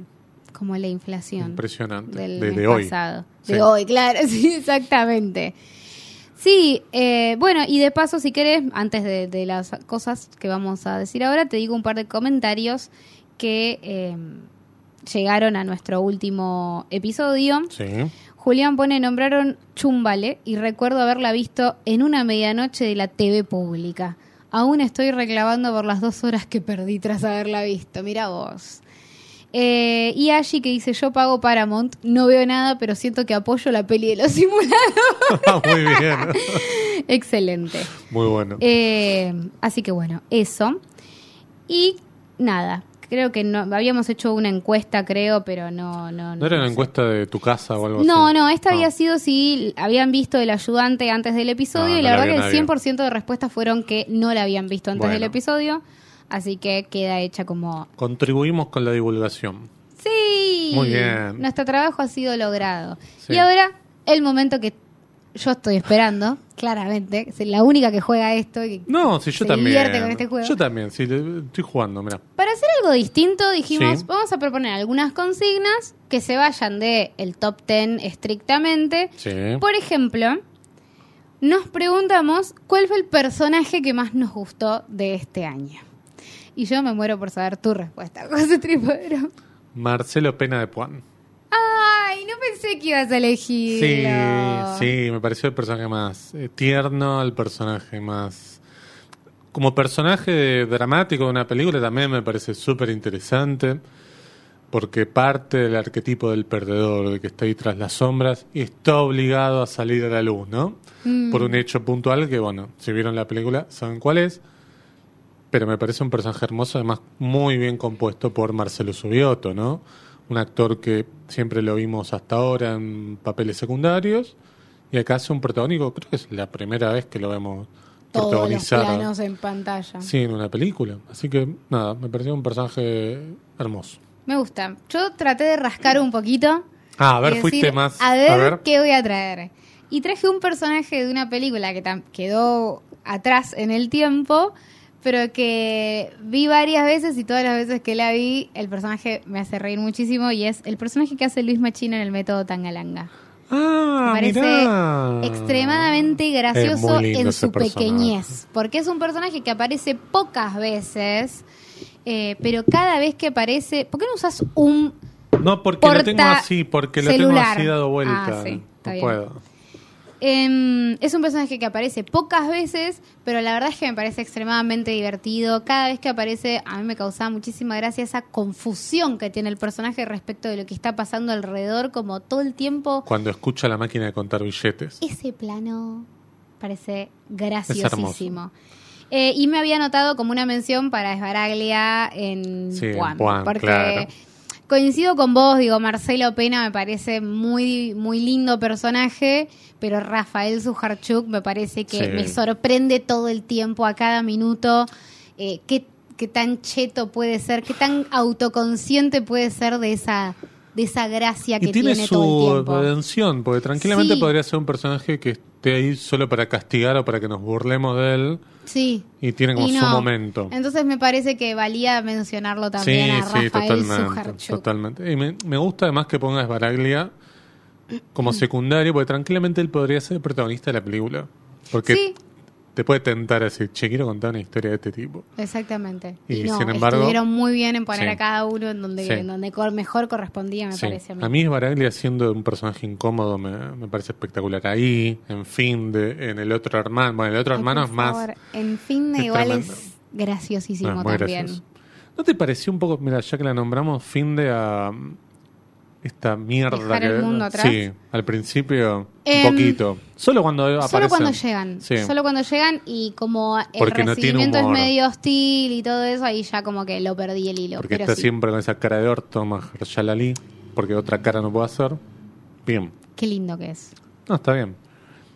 Speaker 2: Como la inflación.
Speaker 1: Impresionante.
Speaker 2: del
Speaker 1: de,
Speaker 2: mes
Speaker 1: de hoy.
Speaker 2: pasado.
Speaker 1: Sí.
Speaker 2: De hoy, claro, sí, exactamente. Sí, eh, bueno, y de paso, si querés, antes de, de las cosas que vamos a decir ahora, te digo un par de comentarios que eh, llegaron a nuestro último episodio.
Speaker 1: Sí.
Speaker 2: Julián pone, nombraron Chumbale y recuerdo haberla visto en una medianoche de la TV pública. Aún estoy reclamando por las dos horas que perdí tras haberla visto. Mira vos. Eh, y Ashi que dice, yo pago Paramount, no veo nada, pero siento que apoyo la peli de los simulados.
Speaker 1: Muy bien.
Speaker 2: Excelente.
Speaker 1: Muy bueno.
Speaker 2: Eh, así que bueno, eso. Y nada, creo que no, habíamos hecho una encuesta, creo, pero no... No,
Speaker 1: ¿No era una
Speaker 2: sé.
Speaker 1: encuesta de tu casa o algo así?
Speaker 2: No, no, esta
Speaker 1: Ah,
Speaker 2: había sido si habían visto el ayudante antes del episodio
Speaker 1: Ah,
Speaker 2: y
Speaker 1: no
Speaker 2: la
Speaker 1: la
Speaker 2: verdad
Speaker 1: vio nadie.
Speaker 2: que el 100% de respuestas fueron que no la habían visto antes
Speaker 1: Bueno.
Speaker 2: del episodio. Así que queda hecha como...
Speaker 1: Contribuimos con la divulgación.
Speaker 2: Sí.
Speaker 1: Muy bien.
Speaker 2: Nuestro trabajo ha sido logrado.
Speaker 1: Sí.
Speaker 2: Y ahora el momento que yo estoy esperando, claramente, es la única que juega esto. y que-
Speaker 1: No, si yo
Speaker 2: Se
Speaker 1: también.
Speaker 2: divierte con este juego.
Speaker 1: Yo también, sí, le- estoy jugando, mira.
Speaker 2: Para hacer algo distinto, dijimos,
Speaker 1: Sí.
Speaker 2: vamos a proponer algunas consignas que se vayan de el top 10 estrictamente.
Speaker 1: Sí.
Speaker 2: Por ejemplo, nos preguntamos cuál fue el personaje que más nos gustó de este año. Y yo me muero por saber tu respuesta, José Tripodero.
Speaker 1: Marcelo Pena de Puan.
Speaker 2: Ay, no pensé que ibas a elegir.
Speaker 1: Sí, sí, me pareció el personaje más eh, tierno, el personaje más... Como personaje de- dramático de una película también me parece súper interesante, porque parte del arquetipo del perdedor, de que está ahí tras las sombras, y está obligado a salir a la luz, ¿no? Por un hecho puntual que, bueno, si vieron la película saben cuál es, pero me parece un personaje hermoso, además muy bien compuesto por Marcelo Subioto, ¿no? Un actor que siempre lo vimos hasta ahora en papeles secundarios y acá hace un protagónico, creo que es la primera vez que lo vemos
Speaker 2: Todos los
Speaker 1: protagonizar
Speaker 2: planos en pantalla.
Speaker 1: sí, en una película. Así que nada, me pareció un personaje hermoso.
Speaker 2: Me gusta. Yo traté de rascar un poquito.
Speaker 1: Ah, a ver,
Speaker 2: y decir,
Speaker 1: fuiste más.
Speaker 2: A ver, qué voy a traer. Y traje un personaje de una película que tam- quedó atrás en el tiempo, pero que vi varias veces y todas las veces que la vi, el personaje me hace reír muchísimo y es el personaje que hace Luis Machino en el método Tangalanga.
Speaker 1: Ah,
Speaker 2: Me parece
Speaker 1: mirá.
Speaker 2: extremadamente gracioso
Speaker 1: Es muy lindo
Speaker 2: en
Speaker 1: ese
Speaker 2: su
Speaker 1: personaje.
Speaker 2: pequeñez, porque es un personaje que aparece pocas veces, eh, pero cada vez que aparece, ¿por qué no usas un
Speaker 1: No, porque lo
Speaker 2: porta
Speaker 1: tengo así, porque lo tengo
Speaker 2: celular.
Speaker 1: así dado vuelta.
Speaker 2: Ah, sí, está
Speaker 1: no
Speaker 2: bien.
Speaker 1: puedo.
Speaker 2: Em, es un personaje que aparece pocas veces, pero la verdad es que me parece extremadamente divertido. Cada vez que aparece, a mí me causaba muchísima gracia esa confusión que tiene el personaje respecto de lo que está pasando alrededor, como todo el tiempo.
Speaker 1: Cuando escucha la máquina de contar billetes.
Speaker 2: Ese plano parece
Speaker 1: Es
Speaker 2: graciosísimo. Eh, y me había notado como una mención para Esbaraglia en
Speaker 1: Sí, en
Speaker 2: Puan,
Speaker 1: Puan,
Speaker 2: porque
Speaker 1: claro.
Speaker 2: coincido con vos, digo, Marcelo Pena me parece muy, muy lindo personaje, pero Rafael Sujarchuk me parece que
Speaker 1: Sí.
Speaker 2: me sorprende todo el tiempo, a cada minuto, eh, qué, qué tan cheto puede ser, qué tan autoconsciente puede ser de esa, de esa gracia que
Speaker 1: Y tiene,
Speaker 2: todo el
Speaker 1: su
Speaker 2: tiempo.
Speaker 1: redención, porque tranquilamente
Speaker 2: Sí.
Speaker 1: podría ser un personaje que esté ahí solo para castigar o para que nos burlemos de él.
Speaker 2: Sí.
Speaker 1: Y tiene como
Speaker 2: Y
Speaker 1: su
Speaker 2: no.
Speaker 1: momento.
Speaker 2: Entonces me parece que valía mencionarlo también a Rafael
Speaker 1: totalmente.
Speaker 2: Sujarchuk.
Speaker 1: totalmente. Y me, me gusta además que pongas Baraglia
Speaker 2: Mm.
Speaker 1: como secundario, porque tranquilamente él podría ser el protagonista de la película. Porque
Speaker 2: Sí.
Speaker 1: te puede tentar a decir, che, quiero contar una historia de este tipo.
Speaker 2: Exactamente.
Speaker 1: Y
Speaker 2: Y, no,
Speaker 1: sin embargo-
Speaker 2: estuvieron muy bien en
Speaker 1: Sí.
Speaker 2: poner a cada uno en donde,
Speaker 1: Sí.
Speaker 2: en donde cor- mejor correspondía, me
Speaker 1: Sí.
Speaker 2: parece a mí.
Speaker 1: Baraglia siendo un personaje incómodo me, me parece espectacular. Ahí, en fin, de, en el otro hermano. Bueno, el otro
Speaker 2: Ay,
Speaker 1: hermano
Speaker 2: por
Speaker 1: es más...
Speaker 2: favor, En fin,
Speaker 1: es
Speaker 2: igual
Speaker 1: tremendo.
Speaker 2: es graciosísimo
Speaker 1: No, es muy
Speaker 2: también.
Speaker 1: gracioso. ¿No te pareció un poco, mira, ya que la nombramos, fin de a um, esta mierda
Speaker 2: Dejar
Speaker 1: que
Speaker 2: el mundo atrás?
Speaker 1: Sí, al principio
Speaker 2: Em,
Speaker 1: un poquito. Solo cuando aparecen.
Speaker 2: Solo cuando llegan.
Speaker 1: Sí.
Speaker 2: Solo cuando llegan y como el
Speaker 1: Porque no tiene
Speaker 2: recibimiento
Speaker 1: humor.
Speaker 2: es medio hostil y todo eso, ahí ya como que lo perdí el hilo.
Speaker 1: Porque
Speaker 2: pero
Speaker 1: está
Speaker 2: sí.
Speaker 1: siempre con esa cara de orto, Mahershala Ali, porque otra cara no puedo hacer. Bien.
Speaker 2: Qué lindo que es.
Speaker 1: No, está bien.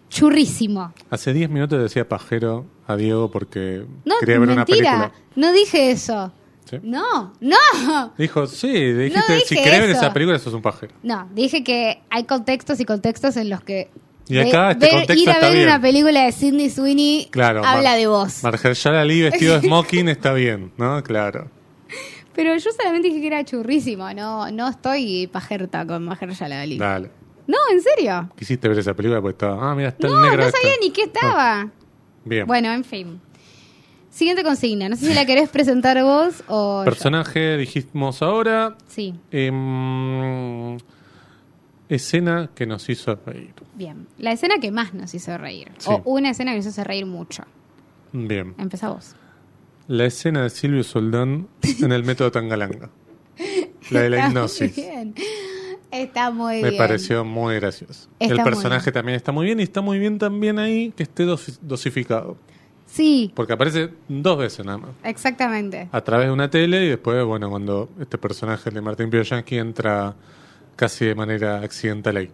Speaker 2: Churrísimo.
Speaker 1: Hace 10 minutos decía pajero a Diego porque
Speaker 2: No,
Speaker 1: quería ver una
Speaker 2: mentira.
Speaker 1: película.
Speaker 2: No dije eso.
Speaker 1: ¿Sí?
Speaker 2: No, no.
Speaker 1: Dijo, sí, dijiste,
Speaker 2: dije
Speaker 1: si querés ver
Speaker 2: eso.
Speaker 1: esa película, sos un pajero.
Speaker 2: No, dije que hay contextos y contextos en los que
Speaker 1: Y acá este contexto
Speaker 2: ir a
Speaker 1: está
Speaker 2: ver
Speaker 1: bien.
Speaker 2: una película de Sidney Sweeney
Speaker 1: Claro.
Speaker 2: habla
Speaker 1: Mar-
Speaker 2: de vos.
Speaker 1: Mahershala Ali vestido de smoking está bien, ¿no? Claro.
Speaker 2: Pero yo solamente dije que era churrísimo, no no estoy pajerta con Mahershala Ali.
Speaker 1: Dale.
Speaker 2: No, en serio.
Speaker 1: Quisiste ver esa película porque estaba. Ah, mira, está
Speaker 2: No,
Speaker 1: el
Speaker 2: no
Speaker 1: negro.
Speaker 2: sabía
Speaker 1: este.
Speaker 2: ni qué estaba.
Speaker 1: Bien.
Speaker 2: Bueno, en fin. Siguiente consigna, no sé si la querés presentar vos o yo.
Speaker 1: Personaje, dijimos ahora.
Speaker 2: Sí,
Speaker 1: em, escena que nos hizo reír.
Speaker 2: bien. La escena que más nos hizo reír
Speaker 1: Sí.
Speaker 2: o una escena que nos hizo reír mucho.
Speaker 1: Bien.
Speaker 2: Empezá vos.
Speaker 1: La escena de Silvio Soldán en el método Tangalanga. La de la
Speaker 2: Está
Speaker 1: hipnosis.
Speaker 2: muy Ah, bien. Está muy
Speaker 1: Me
Speaker 2: bien.
Speaker 1: pareció muy gracioso.
Speaker 2: Está
Speaker 1: el
Speaker 2: muy
Speaker 1: personaje
Speaker 2: bien.
Speaker 1: también está muy bien y está muy bien también ahí que esté dosi- dosificado.
Speaker 2: Sí,
Speaker 1: Porque aparece dos veces nada más.
Speaker 2: exactamente.
Speaker 1: a través de una tele y después, bueno, cuando este personaje el de Martín Piroyansky entra casi de manera accidental ahí.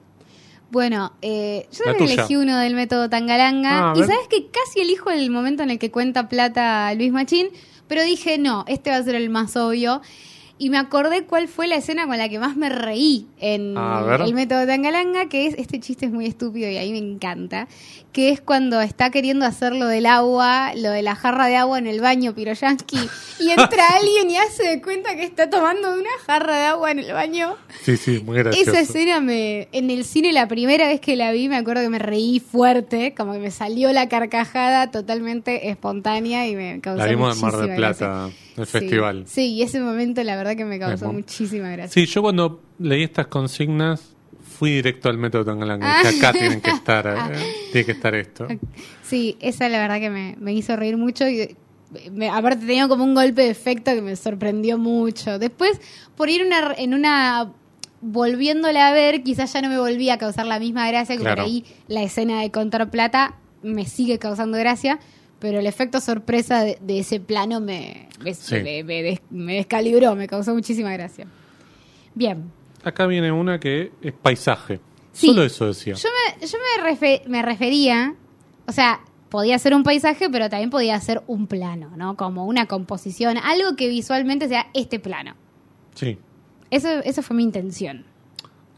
Speaker 2: Bueno, eh, yo
Speaker 1: La
Speaker 2: también
Speaker 1: tuya.
Speaker 2: elegí uno del método Tangalanga.
Speaker 1: Ah, a
Speaker 2: y
Speaker 1: ver.
Speaker 2: sabes que casi elijo el momento en el que cuenta plata Luis Machín, Pero dije, no, este va a ser el más obvio. Y me acordé cuál fue la escena con la que más me reí en
Speaker 1: A ver.
Speaker 2: el método Tangalanga, que es, este chiste es muy estúpido y ahí me encanta, que es cuando está queriendo hacer lo del agua, lo de la jarra de agua en el baño piroyansky, y entra alguien y hace de cuenta que está tomando de una jarra de agua en el baño.
Speaker 1: Sí, sí, muy gracioso.
Speaker 2: Esa escena me, en el cine la primera vez que la vi me acuerdo que me reí fuerte, como que me salió la carcajada totalmente espontánea y me causó
Speaker 1: La vimos en Mar
Speaker 2: muchísima
Speaker 1: del
Speaker 2: gracia.
Speaker 1: Plata, en el
Speaker 2: Sí.
Speaker 1: festival.
Speaker 2: Sí, y ese momento la verdad que me causó
Speaker 1: Mismo.
Speaker 2: muchísima gracia.
Speaker 1: Sí, yo cuando leí estas consignas fui directo al método Tangalanga.
Speaker 2: Ah.
Speaker 1: Dije, acá tienen que estar, eh, tiene que estar esto.
Speaker 2: Sí. esa la verdad que me, me hizo reír mucho y me- aparte tenía como un golpe de efecto que me sorprendió mucho. Después, por ir una, en una volviéndola a ver, quizás ya no me volvía a causar la misma gracia, que
Speaker 1: Claro.
Speaker 2: por ahí la escena de contar plata me sigue causando gracia, pero el efecto sorpresa de, de ese plano me, me,
Speaker 1: Sí.
Speaker 2: me- me des- me descalibró, me causó muchísima gracia. Bien.
Speaker 1: Acá viene una que es paisaje.
Speaker 2: Sí.
Speaker 1: Solo eso decía.
Speaker 2: Yo me, yo me, refe- me refería, o sea, podía ser un paisaje, pero también podía ser un plano, ¿no? Como una composición, algo que visualmente sea este plano.
Speaker 1: Sí.
Speaker 2: Eso, eso fue mi intención.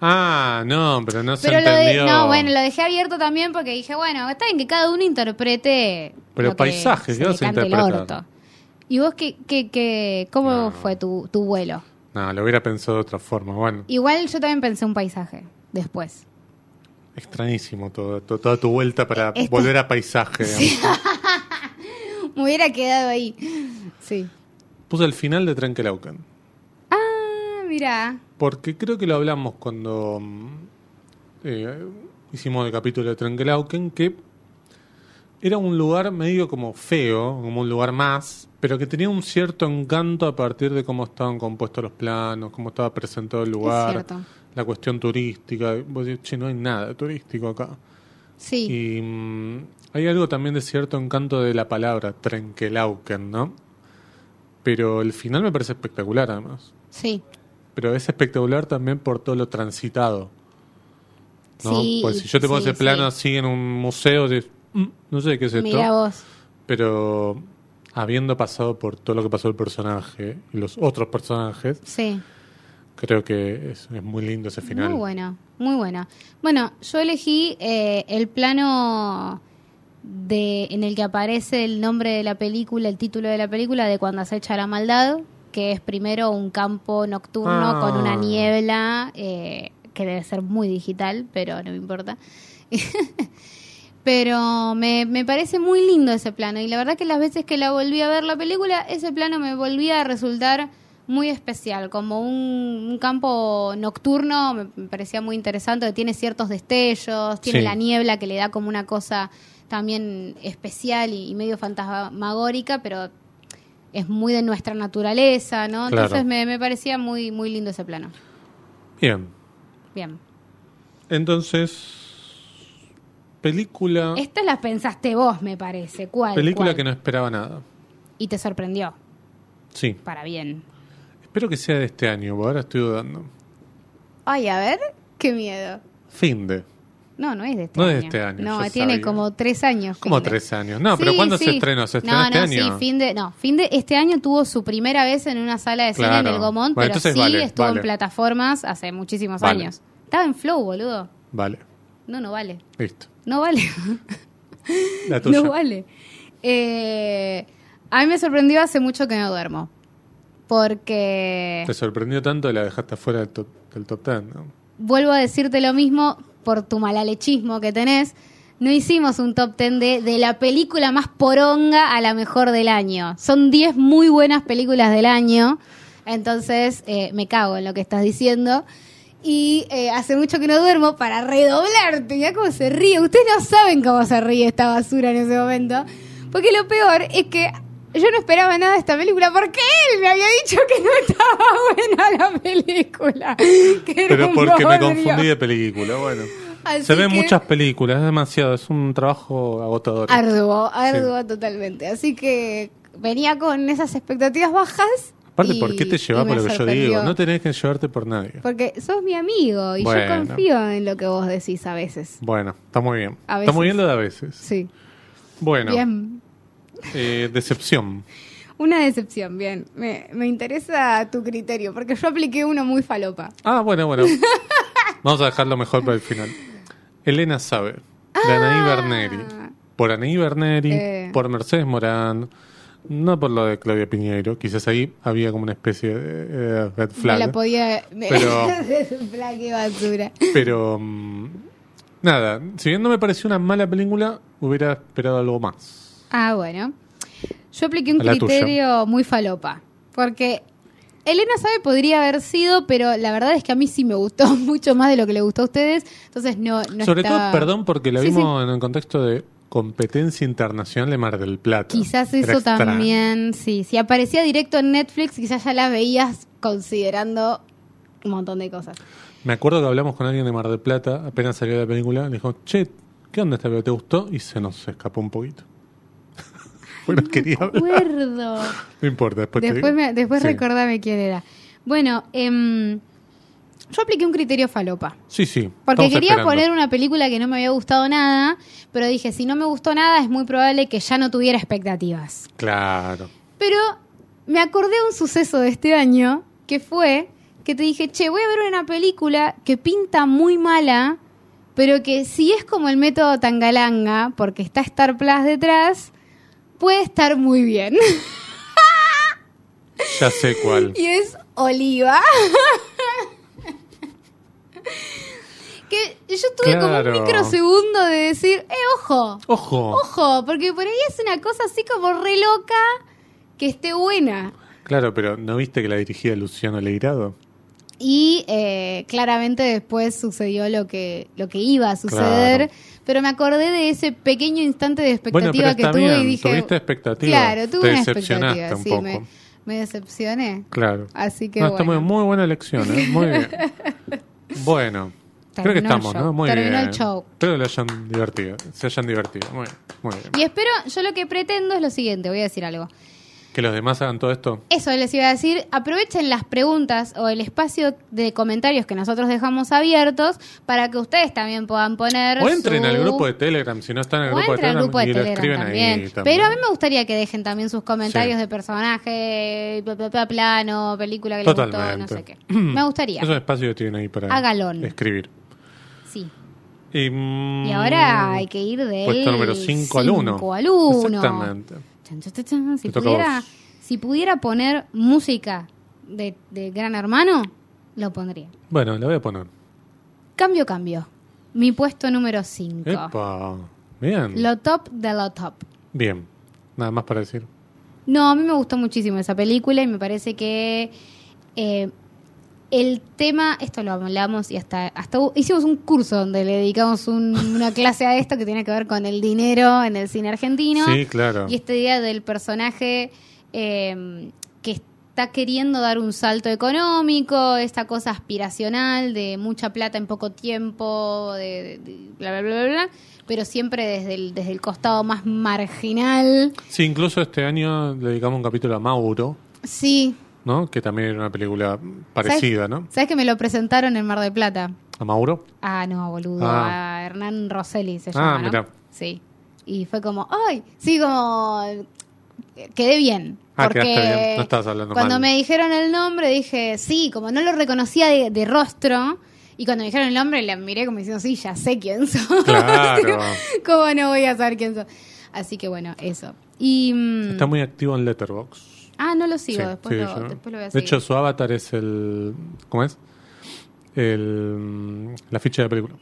Speaker 1: Ah, no, pero no se
Speaker 2: Pero lo, de-
Speaker 1: entendió.
Speaker 2: no, bueno, lo dejé abierto también porque dije, bueno, está bien que cada uno interprete.
Speaker 1: Pero
Speaker 2: lo que
Speaker 1: paisaje,
Speaker 2: se
Speaker 1: ¿qué
Speaker 2: le
Speaker 1: vas a
Speaker 2: cante el
Speaker 1: interpretar?
Speaker 2: orto. ¿Y vos qué, qué, qué, cómo
Speaker 1: No.
Speaker 2: fue tu, tu vuelo?
Speaker 1: No, lo hubiera pensado de otra forma. Bueno,
Speaker 2: Igual yo también pensé un paisaje después.
Speaker 1: extrañísimo todo, to- toda tu vuelta para
Speaker 2: Esto-
Speaker 1: volver a paisaje. digamos.
Speaker 2: Me hubiera quedado ahí. Sí.
Speaker 1: Puse el final de Trenkelauken.
Speaker 2: Ah, mirá.
Speaker 1: Porque creo que lo hablamos cuando mm, eh, hicimos el capítulo de Trenkelauken, que era un lugar medio como feo, como un lugar más, pero que tenía un cierto encanto a partir de cómo estaban compuestos los planos, cómo estaba presentado el
Speaker 2: Es
Speaker 1: lugar,
Speaker 2: cierto.
Speaker 1: la cuestión turística. Y Vos decís, che, no hay nada turístico acá.
Speaker 2: Sí.
Speaker 1: Y mm, hay algo también de cierto encanto de la palabra, Trenkelauken, ¿no? Pero el final me parece espectacular, además.
Speaker 2: Sí,
Speaker 1: Pero es espectacular también por todo lo transitado. ¿no?
Speaker 2: Sí,
Speaker 1: Pues si yo te pongo
Speaker 2: sí,
Speaker 1: ese plano
Speaker 2: sí.
Speaker 1: así en un museo, dices, "Mm, no sé qué es esto.
Speaker 2: mira vos.
Speaker 1: Pero habiendo pasado por todo lo que pasó el personaje y los otros personajes,
Speaker 2: Sí,
Speaker 1: creo que es, es muy lindo ese final.
Speaker 2: muy bueno, muy bueno. Bueno, yo elegí eh, el plano de en el que aparece el nombre de la película, el título de la película de cuando acecha la maldad, que es primero un campo nocturno
Speaker 1: Ah.
Speaker 2: con una niebla eh, que debe ser muy digital, pero no me importa. Pero me, me parece muy lindo ese plano. Y la verdad que las veces que la volví a ver la película, ese plano me volvía a resultar muy especial. Como un, un campo nocturno, me me parecía muy interesante. que Tiene ciertos destellos, tiene
Speaker 1: Sí.
Speaker 2: la niebla que le da como una cosa también especial y, y medio fantasmagórica, pero es muy de nuestra naturaleza, ¿no?
Speaker 1: Claro.
Speaker 2: Entonces me, me parecía muy, muy lindo ese plano.
Speaker 1: Bien.
Speaker 2: Bien.
Speaker 1: Entonces, película,
Speaker 2: Estas las pensaste vos, me parece. ¿Cuál?
Speaker 1: película
Speaker 2: cuál?
Speaker 1: que no esperaba nada.
Speaker 2: Y te sorprendió.
Speaker 1: Sí.
Speaker 2: Para bien.
Speaker 1: Espero que sea de este año, porque ahora estoy dudando.
Speaker 2: Ay, a ver, qué miedo.
Speaker 1: Fin de.
Speaker 2: No, no es de este
Speaker 1: No
Speaker 2: año.
Speaker 1: es de este año,
Speaker 2: No,
Speaker 1: yo
Speaker 2: tiene
Speaker 1: sabía.
Speaker 2: como tres años.
Speaker 1: Como
Speaker 2: Finde.
Speaker 1: tres años. No, pero
Speaker 2: Sí,
Speaker 1: ¿cuándo se
Speaker 2: sí.
Speaker 1: estrenó? ¿Se estrenó
Speaker 2: no,
Speaker 1: este
Speaker 2: no,
Speaker 1: año?
Speaker 2: Sí, fin de, no, fin de este año tuvo su primera vez en una sala de cine
Speaker 1: Claro.
Speaker 2: en el
Speaker 1: Bueno,
Speaker 2: Gomont, pero
Speaker 1: entonces
Speaker 2: sí
Speaker 1: vale,
Speaker 2: estuvo
Speaker 1: vale.
Speaker 2: en plataformas hace muchísimos
Speaker 1: Vale.
Speaker 2: años. Estaba en Flow, boludo.
Speaker 1: Vale,
Speaker 2: No, no vale.
Speaker 1: listo.
Speaker 2: No vale.
Speaker 1: La tuya.
Speaker 2: no vale. Eh, a mí me sorprendió hace mucho que no duermo. Porque
Speaker 1: Te sorprendió tanto que la dejaste afuera del top, del top 10, ¿no?
Speaker 2: vuelvo a decirte lo mismo por tu malalechismo que tenés. No hicimos un top 10 de, de la película más poronga a la mejor del año. Son 10 muy buenas películas del año. Entonces eh, me cago en lo que estás diciendo. Y eh, hace mucho que no duermo para redoblarte. Mirá cómo se ríe. Ustedes no saben cómo se ríe esta basura en ese momento. Porque lo peor es que yo no esperaba nada de esta película porque él me había dicho que no estaba buena la película. Que era
Speaker 1: Pero
Speaker 2: un
Speaker 1: porque me
Speaker 2: bodrio.
Speaker 1: confundí de película, bueno.
Speaker 2: Así
Speaker 1: se ven
Speaker 2: que-
Speaker 1: muchas películas, es demasiado, es un trabajo agotador.
Speaker 2: Arduo, arduo totalmente. Así que venía con esas expectativas bajas.
Speaker 1: Aparte,
Speaker 2: y-
Speaker 1: ¿por qué te llevas
Speaker 2: y
Speaker 1: por
Speaker 2: me
Speaker 1: lo que yo
Speaker 2: sorprendió.
Speaker 1: digo? No tenés que llevarte por nadie.
Speaker 2: Porque sos mi amigo y yo
Speaker 1: Bueno.
Speaker 2: confío en lo que vos decís a veces.
Speaker 1: Bueno, está muy bien.
Speaker 2: A
Speaker 1: Está muy
Speaker 2: veces.
Speaker 1: bien lo de a veces.
Speaker 2: Sí.
Speaker 1: Bueno,
Speaker 2: Bien.
Speaker 1: eh, decepción.
Speaker 2: Una decepción, bien. Me, me interesa tu criterio, porque yo apliqué uno muy falopa.
Speaker 1: Ah, bueno, bueno. Vamos a dejarlo mejor para el final. Elena sabe, de Anaí Berneri. Por Anaí Berneri,
Speaker 2: Ah. Eh.
Speaker 1: por Mercedes Morán, no por lo de Claudia Piñeiro. Quizás ahí había como una especie de eh, red
Speaker 2: No la
Speaker 1: flag.
Speaker 2: podía. me-
Speaker 1: Pero-
Speaker 2: Fla, qué basura.
Speaker 1: Pero mm, nada, si bien no me pareció una mala película, hubiera esperado algo más.
Speaker 2: Ah, bueno. Yo apliqué un
Speaker 1: A la tuya.
Speaker 2: criterio muy falopa. Porque Elena sabe podría haber sido, pero la verdad es que a mí sí me gustó mucho más de lo que le gustó a ustedes. Entonces no, no
Speaker 1: Sobre
Speaker 2: estaba-
Speaker 1: todo, perdón, porque la
Speaker 2: Sí,
Speaker 1: vimos en el contexto de competencia internacional de Mar del Plata.
Speaker 2: Quizás
Speaker 1: Era
Speaker 2: eso
Speaker 1: extraño.
Speaker 2: también, sí. Si aparecía directo en Netflix, quizás ya la veías considerando un montón de cosas.
Speaker 1: Me acuerdo que hablamos con alguien de Mar del Plata, apenas salió la película, le dijo, che, ¿qué onda esta película? ¿Te gustó? Y se nos escapó un poquito. bueno, quería hablar.
Speaker 2: Acuerdo.
Speaker 1: No importa, después te
Speaker 2: Después,
Speaker 1: digo.
Speaker 2: me- después
Speaker 1: Sí.
Speaker 2: recordame quién era. Bueno, em, yo apliqué un criterio falopa.
Speaker 1: Sí, sí.
Speaker 2: Porque
Speaker 1: estamos
Speaker 2: quería
Speaker 1: esperando.
Speaker 2: poner una película que no me había gustado nada, pero dije, si no me gustó nada, es muy probable que ya no tuviera expectativas.
Speaker 1: Claro.
Speaker 2: Pero me acordé de un suceso de este año, que fue que te dije, che, voy a ver una película que pinta muy mala, pero que si es como el método Tangalanga, porque está Star Plus detrás, puede estar muy bien.
Speaker 1: Ya sé cuál.
Speaker 2: Y es Oliva. que yo tuve como
Speaker 1: Claro.
Speaker 2: un microsegundo de decir, eh, ojo,
Speaker 1: Ojo.
Speaker 2: ojo, porque por ahí es una cosa así como re loca que esté buena.
Speaker 1: Claro, pero ¿no viste que la dirigía Luciano Leirado?
Speaker 2: Y eh, claramente después sucedió lo que, lo que iba a suceder.
Speaker 1: Claro.
Speaker 2: Pero me acordé de ese pequeño instante de
Speaker 1: Bueno,
Speaker 2: expectativa
Speaker 1: pero está
Speaker 2: que tuve
Speaker 1: bien,
Speaker 2: y dije.
Speaker 1: tuviste expectativa.
Speaker 2: Claro, tuve
Speaker 1: Te
Speaker 2: una
Speaker 1: decepcionaste
Speaker 2: expectativa.
Speaker 1: un
Speaker 2: sí,
Speaker 1: poco.
Speaker 2: me, me decepcioné.
Speaker 1: Claro.
Speaker 2: Así que
Speaker 1: no,
Speaker 2: Ah, bueno.
Speaker 1: está muy, muy buena elección, ¿eh? Muy bien. Bueno, creo que
Speaker 2: Terminó el
Speaker 1: estamos,
Speaker 2: show.
Speaker 1: ¿no? Muy
Speaker 2: Terminó
Speaker 1: bien.
Speaker 2: el show.
Speaker 1: Espero que lo hayan divertido. Se hayan divertido. Muy bien. Muy bien.
Speaker 2: Y espero, yo lo que pretendo es lo siguiente, voy a decir algo.
Speaker 1: Que los demás hagan todo esto.
Speaker 2: Eso les iba a decir, aprovechen las preguntas o el espacio de comentarios que nosotros dejamos abiertos para que ustedes también puedan poner
Speaker 1: O entren
Speaker 2: su-
Speaker 1: al grupo de Telegram, si no están en el
Speaker 2: o
Speaker 1: grupo de
Speaker 2: entren
Speaker 1: Telegram,
Speaker 2: al grupo de
Speaker 1: y lo
Speaker 2: Telegram
Speaker 1: escriben
Speaker 2: también.
Speaker 1: ahí también.
Speaker 2: Pero a mí me gustaría que dejen también sus comentarios
Speaker 1: Sí.
Speaker 2: de personaje, bla, bla, bla, plano, película que les gustó,
Speaker 1: Totalmente.
Speaker 2: no sé qué. Me gustaría.
Speaker 1: Es un espacio que tienen ahí para
Speaker 2: Hágalón.
Speaker 1: escribir.
Speaker 2: Sí.
Speaker 1: Y, mm,
Speaker 2: Y ahora hay que ir del
Speaker 1: Puesto número 5 al 1.
Speaker 2: cinco al uno.
Speaker 1: Exactamente.
Speaker 2: Chan, chan, chan, chan. Si
Speaker 1: Te toca a
Speaker 2: pudiera,
Speaker 1: vos.
Speaker 2: si pudiera poner música de, de Gran Hermano, lo pondría.
Speaker 1: Bueno, la voy a poner.
Speaker 2: Cambio, cambio. Mi puesto número 5.
Speaker 1: Epa. Bien.
Speaker 2: Lo top de lo top.
Speaker 1: Bien. Nada más para decir.
Speaker 2: No, a mí me gustó muchísimo esa película y me parece que eh, el tema, esto lo hablamos y hasta, hasta hu- hicimos un curso donde le dedicamos un- una clase a esto que tiene que ver con el dinero en el cine argentino.
Speaker 1: Sí, claro.
Speaker 2: Y esta idea del personaje eh, que está queriendo dar un salto económico, esta cosa aspiracional de mucha plata en poco tiempo, de, de- de bla, bla, bla, bla, bla, pero siempre desde el, desde el costado más marginal.
Speaker 1: Sí, incluso este año le dedicamos un capítulo a Mauro,
Speaker 2: Sí.
Speaker 1: ¿no? Que también era una película parecida, ¿no?
Speaker 2: ¿Sabes que me lo presentaron en Mar del Plata?
Speaker 1: A Mauro.
Speaker 2: Ah, no, boludo.
Speaker 1: Ah.
Speaker 2: A Hernán Rosselli se
Speaker 1: Ah,
Speaker 2: llama. ¿no?
Speaker 1: mirá.
Speaker 2: Sí. Y fue como, ¡ay! Sí, como. Quedé bien.
Speaker 1: Ah,
Speaker 2: porque
Speaker 1: quedaste bien, no estabas hablando
Speaker 2: Cuando
Speaker 1: mal.
Speaker 2: me dijeron el nombre, dije, sí, como no lo reconocía de, de rostro. Y cuando me dijeron el nombre, la miré como diciendo, sí, ya sé quién soy.
Speaker 1: Claro.
Speaker 2: ¿Cómo no voy a saber quién soy? Así que bueno, eso. Y. mm,
Speaker 1: Está muy activo en Letterboxd.
Speaker 2: Ah, no lo sigo,
Speaker 1: Sí,
Speaker 2: después,
Speaker 1: sí,
Speaker 2: lo,
Speaker 1: yo-
Speaker 2: después lo voy a
Speaker 1: De
Speaker 2: seguir.
Speaker 1: hecho, su avatar es el. ¿Cómo es? El, la ficha de película.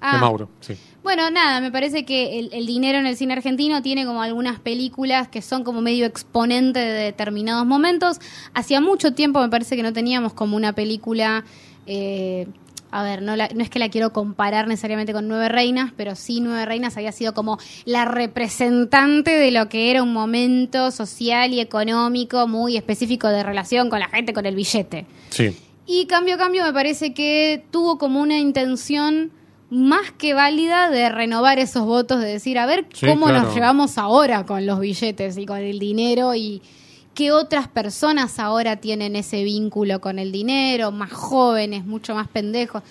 Speaker 2: Ah.
Speaker 1: De Mauro, sí.
Speaker 2: Bueno, nada, me parece que el, el dinero en el cine argentino tiene como algunas películas que son como medio exponente de determinados momentos. Hacía mucho tiempo me parece que no teníamos como una película... eh, a ver, no, la- no es que la quiero comparar necesariamente con Nueve Reinas, pero sí Nueve Reinas había sido como la representante de lo que era un momento social y económico muy específico de relación con la gente, con el billete.
Speaker 1: Sí.
Speaker 2: Y Cambio Cambio me parece que tuvo como una intención más que válida de renovar esos votos, de decir, a ver
Speaker 1: Sí,
Speaker 2: cómo nos
Speaker 1: claro.
Speaker 2: llevamos ahora con los billetes y con el dinero y qué otras personas ahora tienen ese vínculo con el dinero, más jóvenes, mucho más pendejos.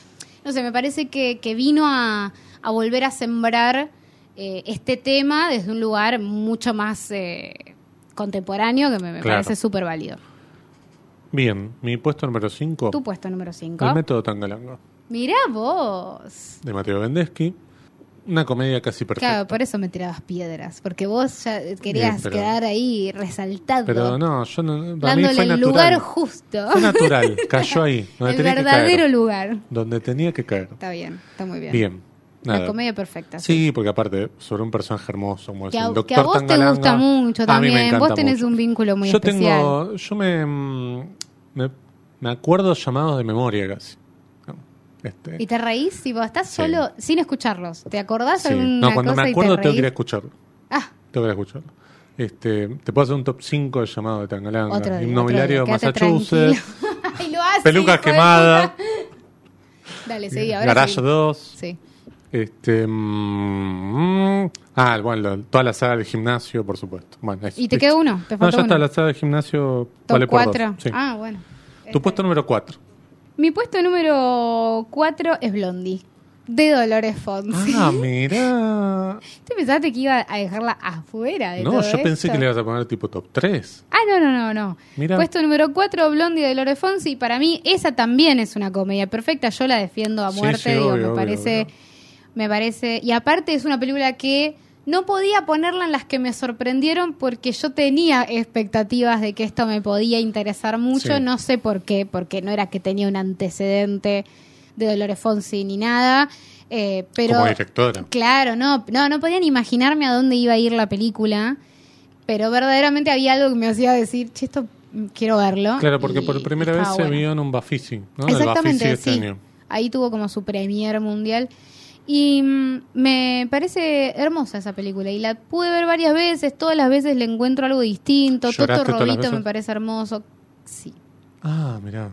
Speaker 2: No sé, me parece que, que vino a, a volver a sembrar eh, este tema desde un lugar mucho más... eh, contemporáneo que me, me
Speaker 1: Claro.
Speaker 2: parece súper válido.
Speaker 1: Bien, mi puesto número 5.
Speaker 2: Tu puesto número
Speaker 1: El
Speaker 2: 5.
Speaker 1: método Tangalanga,
Speaker 2: Mirá vos.
Speaker 1: de Mateo Vendesky. Una comedia casi perfecta.
Speaker 2: Claro, por eso me tirabas piedras, porque vos ya querías
Speaker 1: Bien, pero-
Speaker 2: quedar ahí resaltado,
Speaker 1: Pero no, yo no. Para mí
Speaker 2: dándole
Speaker 1: fue
Speaker 2: el
Speaker 1: natural.
Speaker 2: lugar justo,
Speaker 1: Fue natural, cayó ahí. Donde
Speaker 2: el
Speaker 1: tenía que
Speaker 2: verdadero
Speaker 1: caer.
Speaker 2: lugar.
Speaker 1: Donde tenía que caer.
Speaker 2: Está bien, está muy bien.
Speaker 1: Bien.
Speaker 2: La
Speaker 1: Nada.
Speaker 2: comedia perfecta.
Speaker 1: Sí, porque aparte, sobre un personaje hermoso como es
Speaker 2: Que a,
Speaker 1: el
Speaker 2: que
Speaker 1: doctor
Speaker 2: a vos te gusta mucho también, vos tenés un vínculo muy
Speaker 1: yo
Speaker 2: especial.
Speaker 1: Tengo, yo me, mm, me, me acuerdo llamados de memoria casi. No, este,
Speaker 2: Y te reís, tipo, estás
Speaker 1: Sí.
Speaker 2: solo sin escucharlos. ¿Te acordás
Speaker 1: sí.
Speaker 2: alguna
Speaker 1: No, cuando
Speaker 2: cosa
Speaker 1: me
Speaker 2: y te
Speaker 1: acuerdo tengo que ir a
Speaker 2: reís?
Speaker 1: escucharlo.
Speaker 2: Ah,
Speaker 1: Tengo que ir a escucharlo. Este, te puedo hacer un top 5 de llamados de Tangalanga.
Speaker 2: otro día.
Speaker 1: Inmobiliario
Speaker 2: otro día, quédate
Speaker 1: Massachusetts,
Speaker 2: tranquilo. Ay, lo hace,
Speaker 1: Pelucas
Speaker 2: hijo de
Speaker 1: Quemadas,
Speaker 2: puta. Dale, seguí, ahora
Speaker 1: Garage
Speaker 2: seguí.
Speaker 1: 2.
Speaker 2: Sí.
Speaker 1: Este, mm, ah, bueno, lo- toda la saga del gimnasio, por supuesto. Bueno, es-
Speaker 2: ¿Y te
Speaker 1: es-
Speaker 2: queda uno? ¿Te
Speaker 1: No,
Speaker 2: falta
Speaker 1: ya está,
Speaker 2: uno?
Speaker 1: la saga del gimnasio
Speaker 2: Top
Speaker 1: vale por
Speaker 2: cuatro.
Speaker 1: dos. Sí.
Speaker 2: Ah, bueno.
Speaker 1: Tu puesto número 4.
Speaker 2: Mi puesto número 4 es Blondie, de Dolores Fonsi.
Speaker 1: Ah, mira.
Speaker 2: ¿Tú pensaste que iba a dejarla afuera de
Speaker 1: No, yo
Speaker 2: todo
Speaker 1: pensé
Speaker 2: esto?
Speaker 1: que le ibas a poner tipo top 3.
Speaker 2: Ah, no, no, no, no.
Speaker 1: Mira.
Speaker 2: Puesto número 4, Blondie de Lore Fonsi. Para mí, esa también es una comedia perfecta. Yo la defiendo a
Speaker 1: Sí,
Speaker 2: muerte.
Speaker 1: sí,
Speaker 2: digo,
Speaker 1: obvio,
Speaker 2: me
Speaker 1: obvio,
Speaker 2: parece.
Speaker 1: obvio.
Speaker 2: Me parece. Y aparte, es una película que no podía ponerla en las que me sorprendieron porque yo tenía expectativas de que esto me podía interesar mucho.
Speaker 1: Sí.
Speaker 2: No sé por qué, porque no era que tenía un antecedente de Dolores Fonsi ni nada. eh, pero
Speaker 1: Como directora.
Speaker 2: Claro, no, no, no podían imaginarme a dónde iba a ir la película, pero verdaderamente había algo que me hacía decir, che, esto mm, quiero verlo.
Speaker 1: Claro, porque
Speaker 2: y
Speaker 1: por primera vez
Speaker 2: estaba
Speaker 1: se
Speaker 2: bueno.
Speaker 1: vio en un Bafisi, ¿no? En El Bafisi
Speaker 2: Exactamente,
Speaker 1: de
Speaker 2: sí.
Speaker 1: este año.
Speaker 2: Ahí tuvo como su premier mundial. Y mm, me parece hermosa esa película. Y la pude ver varias veces. Todas las veces le encuentro algo distinto. Toto
Speaker 1: ¿Lloraste todas las
Speaker 2: Robito me
Speaker 1: veces?
Speaker 2: parece hermoso. Sí.
Speaker 1: Ah, mira.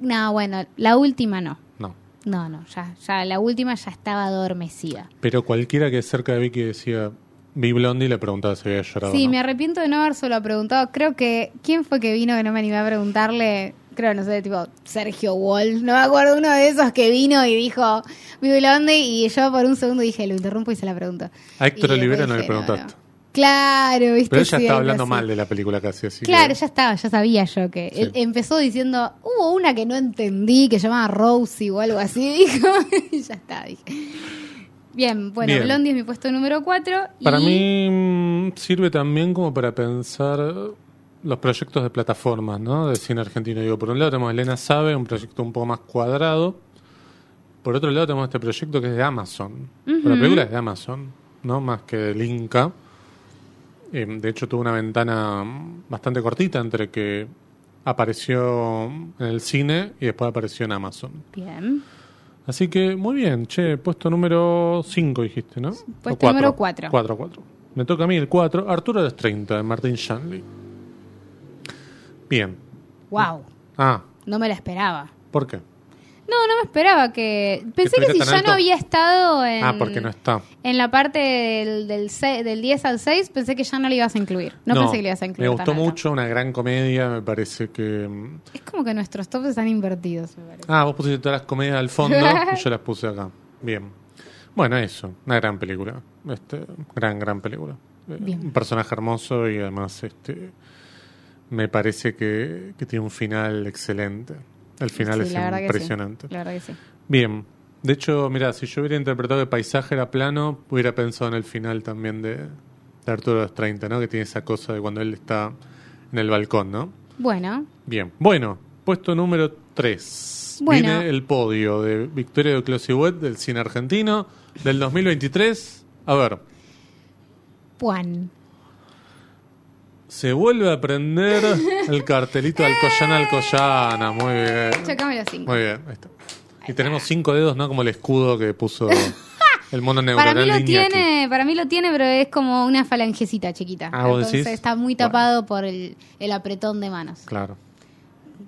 Speaker 2: No, bueno, la última no.
Speaker 1: No.
Speaker 2: No, no, ya, ya la última ya estaba adormecida.
Speaker 1: Pero cualquiera que cerca de Vicky decía, vi Blondie, le preguntaba si había llorado.
Speaker 2: Sí,
Speaker 1: o no.
Speaker 2: me arrepiento de no haber solo preguntado. Creo que. ¿Quién fue que vino que no me animé a preguntarle? Creo, no sé, tipo Sergio Wall. No me acuerdo uno de esos que vino y dijo, vivo Blondie. Y yo por un segundo dije, lo interrumpo y se la pregunto.
Speaker 1: A Héctor
Speaker 2: Y después
Speaker 1: Olivera no le
Speaker 2: dije,
Speaker 1: preguntaste.
Speaker 2: Claro, viste.
Speaker 1: Pero ella
Speaker 2: sí,
Speaker 1: estaba
Speaker 2: algo
Speaker 1: hablando
Speaker 2: así.
Speaker 1: mal de la película casi así. que-
Speaker 2: Claro, ya estaba, ya sabía yo que.
Speaker 1: Sí.
Speaker 2: él empezó diciendo, hubo una que no entendí, que llamaba Rosie o algo así, dijo. y ya está, dije. Bien, bueno,
Speaker 1: Bien.
Speaker 2: Blondie es mi puesto número 4.
Speaker 1: Para mí mm, sirve también como para pensar eh, los proyectos de plataformas, ¿no? De cine argentino. Digo, por un lado tenemos Elena Sabe, un proyecto un poco más cuadrado. Por otro lado tenemos este proyecto que es de Amazon. Pero La película es de Amazon, ¿no? Más que del Inca. Eh, de hecho tuvo una ventana mm, bastante cortita entre que apareció en el cine y después apareció en Amazon.
Speaker 2: Bien.
Speaker 1: Así que muy bien, che, puesto número 5 dijiste, ¿no?
Speaker 2: puesto
Speaker 1: O cuatro.
Speaker 2: número cuatro.
Speaker 1: Cuatro, cuatro. Me toca a mí el 4, Arturo de los 30, de Martin Shanley. Bien.
Speaker 2: Wow.
Speaker 1: Ah,
Speaker 2: No me la esperaba.
Speaker 1: ¿por qué?
Speaker 2: No, no me esperaba que. Pensé que,
Speaker 1: estuviera
Speaker 2: si
Speaker 1: tan
Speaker 2: ya
Speaker 1: alto.
Speaker 2: no había estado en.
Speaker 1: Ah, porque no está.
Speaker 2: En la parte del, del, se- del 10 al 6, pensé que ya no le ibas a incluir. No, pensé que le ibas a incluir.
Speaker 1: Me
Speaker 2: tan
Speaker 1: gustó
Speaker 2: alto.
Speaker 1: mucho, una gran comedia, me parece que... mm,
Speaker 2: Es como que nuestros tops están invertidos, me parece.
Speaker 1: Ah, vos pusiste todas las comedias al fondo y yo las puse acá. Bien. Bueno, eso, una gran película. Este, gran, gran película. Eh,
Speaker 2: Bien.
Speaker 1: Un personaje hermoso y además este me parece que, que tiene un final excelente. El final
Speaker 2: Sí,
Speaker 1: es
Speaker 2: la verdad que sí.
Speaker 1: impresionante.
Speaker 2: La verdad que sí.
Speaker 1: Bien. De hecho, mira, si yo hubiera interpretado que paisaje era plano, hubiera pensado en el final también de, de Arturo de los 30, ¿no? Que tiene esa cosa de cuando él está en el balcón, ¿no?
Speaker 2: Bueno,
Speaker 1: Bien, bueno, puesto número 3.
Speaker 2: Bueno.
Speaker 1: Viene el podio de Victoria de Closiwet del cine argentino del 2023. A ver,
Speaker 2: Juan.
Speaker 1: se vuelve a prender el cartelito de Alcoyana Alcoyana. Muy bien.
Speaker 2: Chocame los cinco.
Speaker 1: Muy bien, ahí está. Y tenemos cinco dedos, ¿no? Como el escudo que puso el mono neuronal.
Speaker 2: Para mí
Speaker 1: de
Speaker 2: lo
Speaker 1: Iñaki.
Speaker 2: tiene, para mí lo tiene, pero es como una falangecita chiquita.
Speaker 1: Ah, ¿vos
Speaker 2: Entonces
Speaker 1: decís?
Speaker 2: está muy
Speaker 1: Bueno.
Speaker 2: tapado por el, el apretón de manos,
Speaker 1: Claro.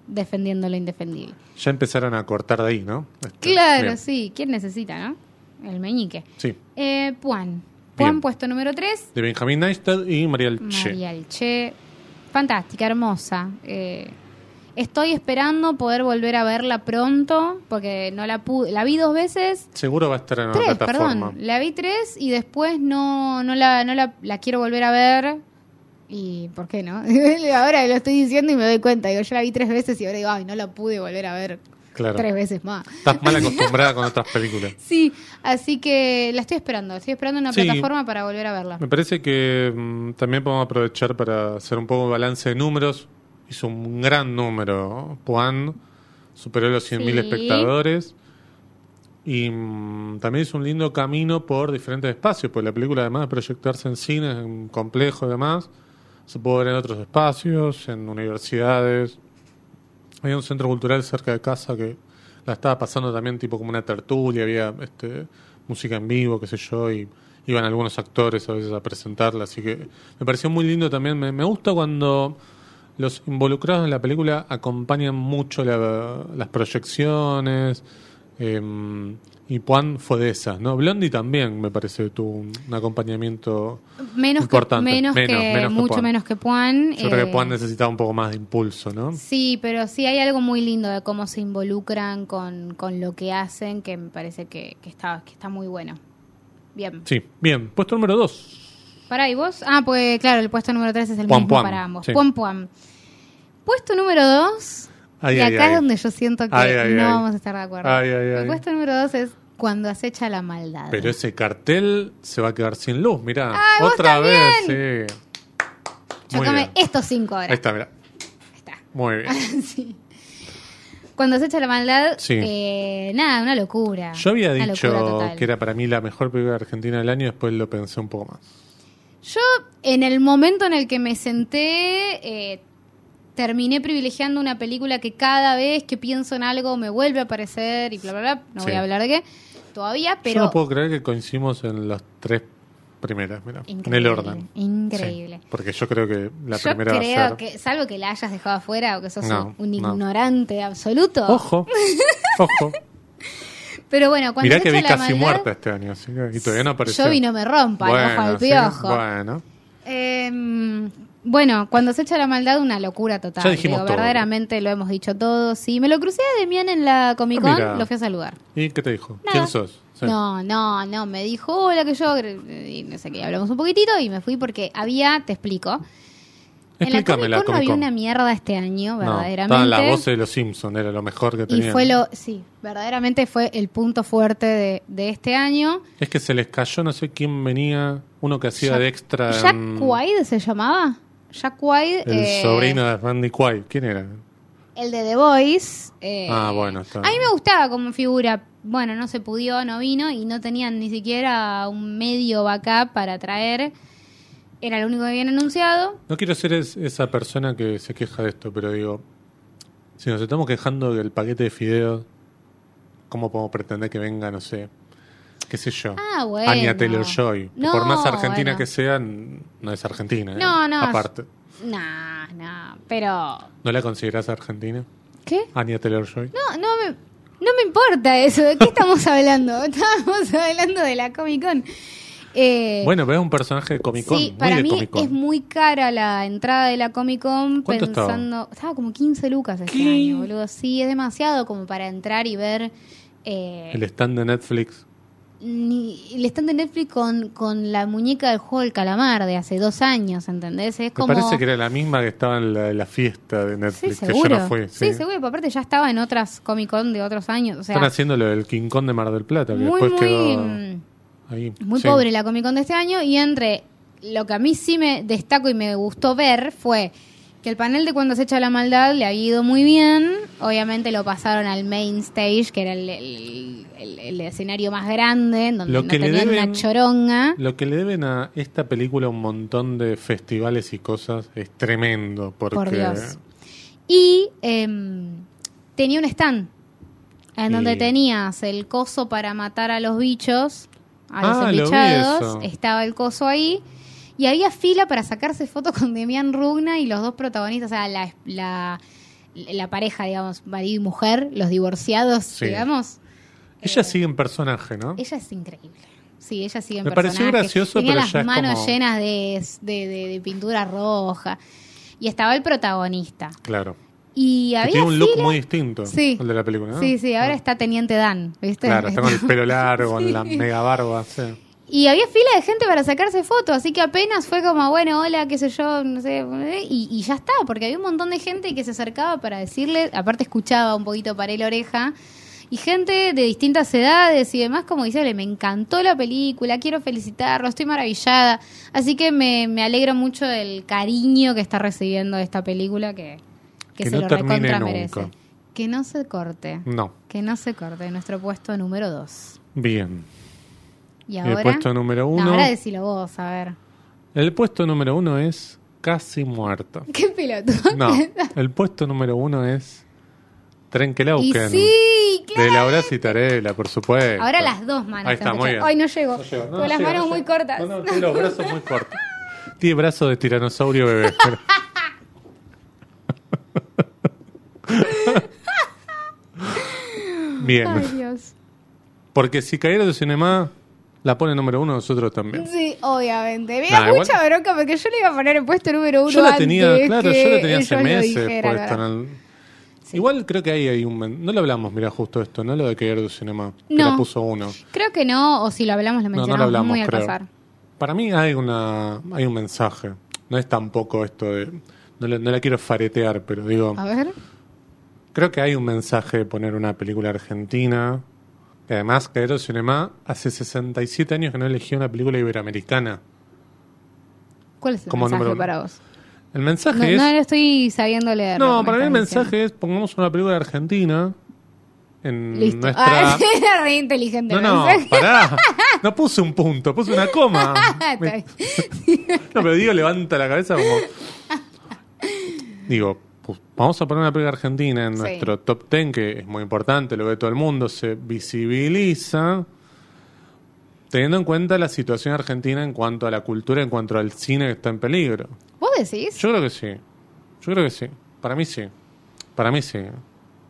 Speaker 2: defendiendo lo indefendible.
Speaker 1: Ya empezaron a cortar de ahí, ¿no? Este,
Speaker 2: Claro,
Speaker 1: bien.
Speaker 2: sí. ¿Quién necesita, no? El meñique.
Speaker 1: Sí,
Speaker 2: Eh, Puan. Puan
Speaker 1: Bien.
Speaker 2: puesto número 3.
Speaker 1: de Benjamín Neistat y Mariel Che.
Speaker 2: María Che. Fantástica, hermosa. Eh, estoy esperando poder volver a verla pronto, porque no la pude. La vi dos veces.
Speaker 1: Seguro va a estar en una
Speaker 2: Tres,
Speaker 1: Ah, plataforma.
Speaker 2: perdón. La vi tres y después no, no, la, no la, la quiero volver a ver. ¿Y por qué no? ahora lo estoy diciendo y me doy cuenta. Digo, yo la vi tres veces y ahora digo, ay, no la pude volver a ver
Speaker 1: Claro.
Speaker 2: tres veces más.
Speaker 1: Estás mal acostumbrada con otras películas.
Speaker 2: Sí, así que la estoy esperando. Estoy esperando una
Speaker 1: Sí.
Speaker 2: plataforma para volver a verla.
Speaker 1: Me parece que mm, también podemos aprovechar para hacer un poco de balance de números. Hizo un gran número. Juan superó los 100.000
Speaker 2: Sí.
Speaker 1: espectadores. Y mm, también hizo un lindo camino por diferentes espacios, pues la película además de proyectarse en cines, en complejos y demás, se pudo ver en otros espacios, en universidades. Había un centro cultural cerca de casa que la estaba pasando también tipo como una tertulia, había este, música en vivo, qué sé yo, y iban algunos actores a veces a presentarla, así que me pareció muy lindo también. Me, me gusta cuando los involucrados en la película acompañan mucho la- las proyecciones. em, y Juan fue de esas, ¿no? Blondie también, me parece, tuvo un, un acompañamiento
Speaker 2: Menos que,
Speaker 1: Importante.
Speaker 2: menos
Speaker 1: Menos,
Speaker 2: que-
Speaker 1: menos que
Speaker 2: mucho
Speaker 1: Puan.
Speaker 2: menos que Puan.
Speaker 1: yo creo
Speaker 2: eh,
Speaker 1: que Juan necesitaba un poco más de impulso, ¿no?
Speaker 2: Sí, pero sí hay algo muy lindo de cómo se involucran con, con lo que hacen, que me parece que, que está, que está muy bueno. Bien.
Speaker 1: Sí, bien. Puesto número 2.
Speaker 2: Pará, ¿y vos? Ah, pues claro, el puesto número 3 es el
Speaker 1: Puan,
Speaker 2: mismo
Speaker 1: puan,
Speaker 2: para ambos.
Speaker 1: sí.
Speaker 2: Puan, puan. Puesto número 2,
Speaker 1: Ay,
Speaker 2: y
Speaker 1: ay,
Speaker 2: acá
Speaker 1: ay.
Speaker 2: es donde yo siento que
Speaker 1: Ay, ay,
Speaker 2: no
Speaker 1: ay.
Speaker 2: vamos a estar de acuerdo.
Speaker 1: Ay, ay, ay.
Speaker 2: El puesto número 2 es cuando acecha la maldad.
Speaker 1: Pero ese cartel se va a quedar sin luz, mirá.
Speaker 2: Ay, Ah, vos
Speaker 1: Otra
Speaker 2: también.
Speaker 1: vez, sí. Muy
Speaker 2: Chocame
Speaker 1: bien.
Speaker 2: estos cinco
Speaker 1: Ahí
Speaker 2: ahora.
Speaker 1: está, mirá.
Speaker 2: Está.
Speaker 1: Muy bien.
Speaker 2: Sí. Cuando acecha la maldad,
Speaker 1: Sí.
Speaker 2: eh, nada, una locura.
Speaker 1: Yo había
Speaker 2: Una locura
Speaker 1: dicho
Speaker 2: total.
Speaker 1: que era para mí la mejor película argentina del año, después lo pensé un poco más.
Speaker 2: Yo, en el momento en el que me senté, eh, terminé privilegiando una película que cada vez que pienso en algo me vuelve a aparecer y bla, bla, bla. No
Speaker 1: Sí.
Speaker 2: voy a hablar de qué todavía, pero.
Speaker 1: Yo no puedo creer que coincidimos en las tres primeras, mirá. En el
Speaker 2: Increíble,
Speaker 1: orden.
Speaker 2: increíble.
Speaker 1: Sí, porque yo creo que la
Speaker 2: Yo
Speaker 1: primera va a
Speaker 2: creo
Speaker 1: ser...
Speaker 2: que, salvo que la hayas dejado afuera o que sos
Speaker 1: No,
Speaker 2: un, un
Speaker 1: no.
Speaker 2: ignorante absoluto.
Speaker 1: Ojo, ojo.
Speaker 2: Pero bueno, cuando
Speaker 1: Mirá que
Speaker 2: echa
Speaker 1: vi
Speaker 2: la
Speaker 1: casi
Speaker 2: maldad,
Speaker 1: muerta este año, así que- y todavía no apareció.
Speaker 2: Yo vi no me rompa, el ojo al
Speaker 1: sí,
Speaker 2: piojo.
Speaker 1: bueno.
Speaker 2: Eh, bueno, cuando se echa la maldad, una locura total.
Speaker 1: Ya dijimos todo.
Speaker 2: Verdaderamente lo hemos dicho todos. Sí, me lo crucé a Demián en la Comic
Speaker 1: Ah,
Speaker 2: Con,
Speaker 1: mira.
Speaker 2: lo fui a saludar.
Speaker 1: ¿Y qué te dijo?
Speaker 2: Nada.
Speaker 1: ¿Quién sos? Sí.
Speaker 2: No, no, no, me dijo, hola, que yo, y no sé qué, hablamos un poquitito y me fui porque había, te explico. en
Speaker 1: Explícamela,
Speaker 2: la Comic Con no había
Speaker 1: Comic-Con.
Speaker 2: una mierda este año,
Speaker 1: No,
Speaker 2: verdaderamente.
Speaker 1: estaban las voces de los Simpsons, era lo mejor que
Speaker 2: y
Speaker 1: tenían.
Speaker 2: fue lo, sí, verdaderamente fue el punto fuerte de, de este año.
Speaker 1: Es que se les cayó, no sé quién venía, uno que hacía
Speaker 2: Jack-
Speaker 1: de extra.
Speaker 2: Jack
Speaker 1: en-
Speaker 2: White se llamaba. Jack White.
Speaker 1: Em, El
Speaker 2: eh,
Speaker 1: sobrino de Randy Quaid. ¿Quién era?
Speaker 2: El de The Voice. eh,
Speaker 1: Ah, bueno, está.
Speaker 2: A mí me gustaba como figura. Bueno, no se pudió, no vino y no tenían ni siquiera un medio backup para traer. Era lo único que habían anunciado.
Speaker 1: No quiero ser es- esa persona que se queja de esto, pero digo, si nos estamos quejando del paquete de fideos, ¿cómo podemos pretender que venga, no sé, qué sé yo?
Speaker 2: Ah, bueno.
Speaker 1: Anya Taylor-Joy. que
Speaker 2: No,
Speaker 1: por más argentina
Speaker 2: bueno.
Speaker 1: que sea, n- no es argentina. ¿eh?
Speaker 2: No, no.
Speaker 1: Aparte,
Speaker 2: Nah, nah. Pero.
Speaker 1: ¿no la considerás argentina?
Speaker 2: ¿Qué?
Speaker 1: Anya Taylor-Joy.
Speaker 2: No, no me, no me importa eso. ¿De qué estamos hablando? Estábamos hablando de la Comic Con. Eh,
Speaker 1: Bueno, pero es un personaje de Comic Con.
Speaker 2: Sí,
Speaker 1: muy
Speaker 2: para
Speaker 1: de
Speaker 2: mí
Speaker 1: Comic Con.
Speaker 2: es muy cara la entrada de la Comic Con
Speaker 1: ¿Cuánto
Speaker 2: pensando.
Speaker 1: estaba?
Speaker 2: Estaba? como 15 lucas este
Speaker 1: ¿Qué?
Speaker 2: año, boludo. Sí, es demasiado como para entrar y ver. eh,
Speaker 1: El stand de Netflix.
Speaker 2: ni- el stand de Netflix con, con la muñeca del juego del calamar de hace dos años, ¿entendés? Es
Speaker 1: Me
Speaker 2: como.
Speaker 1: parece que era la misma que estaba en la, la fiesta de
Speaker 2: Sí,
Speaker 1: Netflix, que yo
Speaker 2: seguro.
Speaker 1: no fui.
Speaker 2: sí. seguro, porque aparte ya estaba en otras Comic Con de otros años. O sea,
Speaker 1: Están haciendo lo del King Kong de Mar del Plata, que
Speaker 2: muy,
Speaker 1: después
Speaker 2: muy.
Speaker 1: quedó
Speaker 2: mm,
Speaker 1: ahí.
Speaker 2: Muy
Speaker 1: Sí.
Speaker 2: pobre la Comic Con de este año y entre lo que a mí sí me destaco y me gustó ver fue que el panel de Cuando se echa la maldad le ha ido muy bien. Obviamente lo pasaron al main stage, que era el, el- el- el escenario más grande, en donde
Speaker 1: Lo
Speaker 2: no
Speaker 1: que le
Speaker 2: tenían
Speaker 1: deben-
Speaker 2: una choronga.
Speaker 1: Lo que le deben a esta película un montón de festivales y cosas es tremendo. Porque
Speaker 2: Por Dios. Y em, tenía un stand en donde
Speaker 1: Y-
Speaker 2: tenías el coso para matar a los bichos, a los
Speaker 1: Ah, lo vi
Speaker 2: embichados.
Speaker 1: eso.
Speaker 2: Estaba el coso ahí. Y había fila para sacarse fotos con Demián Rugna y los dos protagonistas, o sea, la, la, la pareja, digamos, marido y mujer, los divorciados,
Speaker 1: Sí.
Speaker 2: digamos.
Speaker 1: Ella sigue en personaje, ¿no?
Speaker 2: Ella es increíble. Sí, ella sigue en
Speaker 1: Me pareció
Speaker 2: personaje.
Speaker 1: gracioso,
Speaker 2: Tenía
Speaker 1: pero
Speaker 2: las
Speaker 1: ya es
Speaker 2: manos
Speaker 1: como-
Speaker 2: llenas de, de- de- de pintura roja. Y estaba el protagonista.
Speaker 1: Claro.
Speaker 2: Y
Speaker 1: Que
Speaker 2: había
Speaker 1: tiene un look
Speaker 2: fila-
Speaker 1: muy distinto
Speaker 2: Sí.
Speaker 1: al de la película, ¿no?
Speaker 2: Sí, sí, ahora
Speaker 1: Ah.
Speaker 2: está Teniente Dan, ¿viste?
Speaker 1: Claro, está con el pelo largo, con la mega barba. sí.
Speaker 2: Y había fila de gente para sacarse fotos, así que apenas fue como, bueno, hola, qué sé yo, no sé, eh, y, y ya está, porque había un montón de gente que se acercaba para decirle, aparte escuchaba un poquito para la oreja, y gente de distintas edades y demás, como dice, me encantó la película, quiero felicitarlo, estoy maravillada, así que me, me alegro mucho del cariño que está recibiendo esta película que,
Speaker 1: Que
Speaker 2: que, se
Speaker 1: no
Speaker 2: lo
Speaker 1: termine
Speaker 2: recontra
Speaker 1: nunca.
Speaker 2: merece. Que no se corte,
Speaker 1: No.
Speaker 2: que no se corte, nuestro puesto número 2.
Speaker 1: Bien.
Speaker 2: Y
Speaker 1: El
Speaker 2: ahora...
Speaker 1: puesto número
Speaker 2: No,
Speaker 1: uno.
Speaker 2: ahora decilo vos, a ver.
Speaker 1: El puesto número uno es Casi Muerta.
Speaker 2: Qué pelotudo.
Speaker 1: No. El puesto número uno es
Speaker 2: y
Speaker 1: Trenkelauken.
Speaker 2: sí, claro.
Speaker 1: De Laura Citarella, por supuesto.
Speaker 2: Ahora las dos manos.
Speaker 1: Ahí está,
Speaker 2: están
Speaker 1: muy
Speaker 2: pechadas.
Speaker 1: bien.
Speaker 2: Ay, no llego.
Speaker 1: No llego, no,
Speaker 2: Con
Speaker 1: no
Speaker 2: las
Speaker 1: llego,
Speaker 2: manos
Speaker 1: no
Speaker 2: muy
Speaker 1: llego.
Speaker 2: cortas.
Speaker 1: No, no, tiene los brazos muy cortos. Tiene brazos de tiranosaurio bebé. Bien.
Speaker 2: Ay, Dios.
Speaker 1: Porque si cayera de cinema, la pone número uno nosotros también.
Speaker 2: Sí, obviamente. Me da
Speaker 1: Nah, igual-
Speaker 2: mucha bronca porque yo le iba a poner el puesto número uno.
Speaker 1: Yo la tenía,
Speaker 2: antes
Speaker 1: claro,
Speaker 2: que
Speaker 1: yo la tenía hace
Speaker 2: ellos lo
Speaker 1: meses
Speaker 2: dijeran,
Speaker 1: puesta en
Speaker 2: ¿verdad?
Speaker 1: el- Igual creo que ahí hay un... men- No lo hablamos, mira, justo esto, ¿no? Lo de caer de cinema. Que
Speaker 2: No.
Speaker 1: la puso uno.
Speaker 2: Creo que no, o si lo hablamos, lo
Speaker 1: No,
Speaker 2: mencionamos
Speaker 1: no lo hablamos,
Speaker 2: muy al
Speaker 1: creo.
Speaker 2: pasar.
Speaker 1: Para mí hay una hay un mensaje. No es tampoco esto de... No, le- no la quiero faretear, pero digo...
Speaker 2: A ver.
Speaker 1: Creo que hay un mensaje de poner una película argentina. Que además, Caer de Cinema hace 67 años que no elegía una película iberoamericana.
Speaker 2: ¿Cuál es el
Speaker 1: Como número
Speaker 2: mensaje
Speaker 1: uno.
Speaker 2: para vos?
Speaker 1: El mensaje
Speaker 2: No,
Speaker 1: es...
Speaker 2: no lo estoy sabiendo leer. lo
Speaker 1: No,
Speaker 2: que
Speaker 1: para mí
Speaker 2: me
Speaker 1: el
Speaker 2: estás diciendo.
Speaker 1: mensaje es pongamos una película de Argentina en
Speaker 2: Listo.
Speaker 1: nuestra...
Speaker 2: Ah, era re inteligente.
Speaker 1: no,
Speaker 2: el
Speaker 1: no,
Speaker 2: mensaje.
Speaker 1: pará. No puse un punto, puse una coma.
Speaker 2: Está
Speaker 1: Me-
Speaker 2: bien.
Speaker 1: No, pero digo, levanta la cabeza como... Digo, pues, vamos a poner una película argentina en
Speaker 2: Sí.
Speaker 1: nuestro top 10, que es muy importante, lo ve todo el mundo, se visibiliza, teniendo en cuenta la situación argentina en cuanto a la cultura, en cuanto al cine que está en peligro.
Speaker 2: ¿Vos decís?
Speaker 1: Yo creo que sí. Yo creo que sí. Para mí sí. Para mí sí.